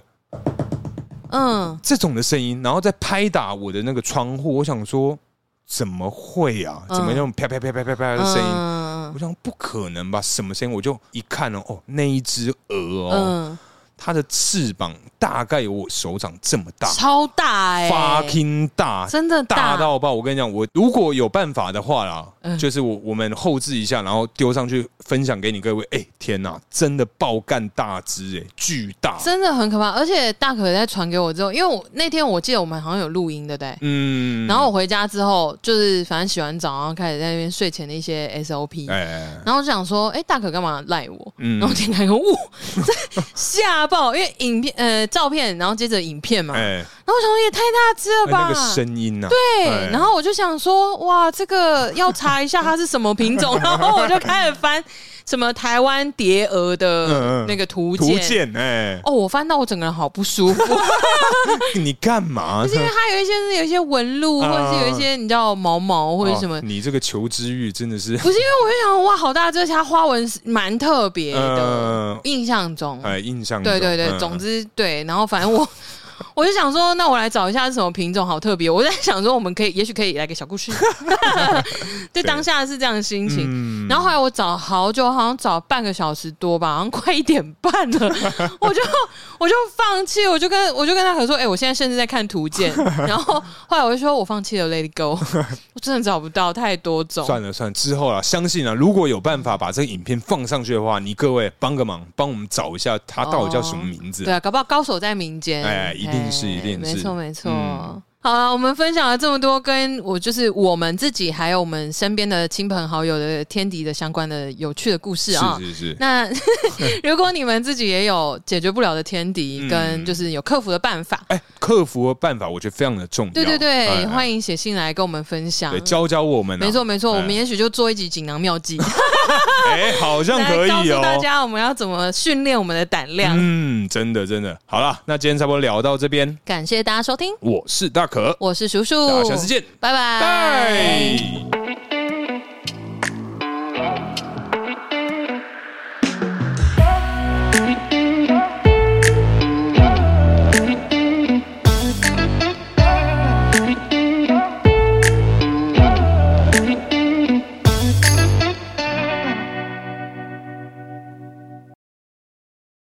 [SPEAKER 2] 嗯，
[SPEAKER 1] 这种的声音，然后在拍打我的那个窗户，我想说怎么会啊？
[SPEAKER 2] 嗯
[SPEAKER 1] 怎么那种啪啪啪啪啪啪的声音？
[SPEAKER 2] 嗯
[SPEAKER 1] 我想不可能吧，什么声音？我就一看哦，哦，那一只鹅哦，
[SPEAKER 2] 嗯，
[SPEAKER 1] 它的翅膀大概有我手掌这么大
[SPEAKER 2] 超大哎、
[SPEAKER 1] ，fucking 大，
[SPEAKER 2] 真的
[SPEAKER 1] 大到爆！我跟你讲，我如果有办法的话啦，
[SPEAKER 2] 嗯
[SPEAKER 1] 就是我我们后置一下，然后丢上去分享给你各位。哎、天哪，真的爆干大只哎、巨大！
[SPEAKER 2] 真的很可怕。而且大可在传给我之后，因为我那天我记得我们好像有录音，对不对？
[SPEAKER 1] 嗯
[SPEAKER 2] 然后我回家之后，就是反正洗完澡，然后开始在那边睡前的一些 SOP，、
[SPEAKER 1] 哎、哎哎
[SPEAKER 2] 然后我就想说，哎、大可干嘛赖我？
[SPEAKER 1] 嗯
[SPEAKER 2] 然后我点开个，哇，这吓爆，因为影片呃照片，然后接着影片嘛，
[SPEAKER 1] 哎，
[SPEAKER 2] 然后我想说也太大只了吧，
[SPEAKER 1] 那个声音呐，哎
[SPEAKER 2] 对，然后我就想说，哇，这个要查一下它是什么品种，然后我就开始翻什么台湾蝶蛾
[SPEAKER 1] 嗯
[SPEAKER 2] 的
[SPEAKER 1] 嗯
[SPEAKER 2] 那个图
[SPEAKER 1] 图
[SPEAKER 2] 鉴。
[SPEAKER 1] 鉴哎，
[SPEAKER 2] 哦，我翻到我整个人好不舒服，
[SPEAKER 1] 你干嘛？ 哦
[SPEAKER 2] 就是因为它有一些是有一些纹路，
[SPEAKER 1] 啊
[SPEAKER 2] 或者是有一些你知道毛毛或者什么
[SPEAKER 1] 哦。你这个求知欲真的是，
[SPEAKER 2] 不是因为我就想哇，好大只，而且它花纹是蛮特别的
[SPEAKER 1] 嗯，
[SPEAKER 2] 印象中，
[SPEAKER 1] 哎，印象
[SPEAKER 2] 对
[SPEAKER 1] 中
[SPEAKER 2] 对对，
[SPEAKER 1] 嗯
[SPEAKER 2] 总之对，然后反正我我就想说，那我来找一下是什么品种，好特别。我在想说，我们可以也许可以来个 小故事， 对，当下是这样的心情。
[SPEAKER 1] 嗯
[SPEAKER 2] 然后后来我找好久，好像找半个小时多吧，好像快一点半 了，我就我就放弃，我就跟我就跟他可说，哎、我现在甚至在看 图鉴，然后后来我就说我放弃了，Let it go，我真的找不到太多种，
[SPEAKER 1] 算了算了，之后啊，相信啊，如果有办法把这个影片放上去的话，你各位帮个忙，帮我们找一下它到底叫什么名字。
[SPEAKER 2] 对啊，搞不好高手在民间。
[SPEAKER 1] 哎一定是
[SPEAKER 2] 哎
[SPEAKER 1] 一定是
[SPEAKER 2] 没错没错。
[SPEAKER 1] 嗯
[SPEAKER 2] 好了，我们分享了这么多，跟我就是我们自己，还有我们身边的亲朋好友的天敌的相关的有趣的故事啊。
[SPEAKER 1] 是是是，
[SPEAKER 2] 那如果你们自己也有解决不了的天敌，
[SPEAKER 1] 嗯
[SPEAKER 2] 跟就是有克服的办法，
[SPEAKER 1] 哎，克服的办法我觉得非常的重要。
[SPEAKER 2] 对对对，
[SPEAKER 1] 迎
[SPEAKER 2] 欢迎写信来跟我们分享
[SPEAKER 1] 哎对。教教我们啊。
[SPEAKER 2] 没错没错，
[SPEAKER 1] 哎
[SPEAKER 2] 我们也许就做一集锦囊妙 计，
[SPEAKER 1] 哎，好像可
[SPEAKER 2] 来告
[SPEAKER 1] 以
[SPEAKER 2] 诉
[SPEAKER 1] 哦。
[SPEAKER 2] 大家我们要怎么训练我们的胆量。
[SPEAKER 1] 嗯，真的真的，好了，那今天差不多聊到这边，
[SPEAKER 2] 感谢大家收听，
[SPEAKER 1] 我是大可，
[SPEAKER 2] 我是叔叔
[SPEAKER 1] 大家下次，见，
[SPEAKER 2] 拜拜
[SPEAKER 1] 拜。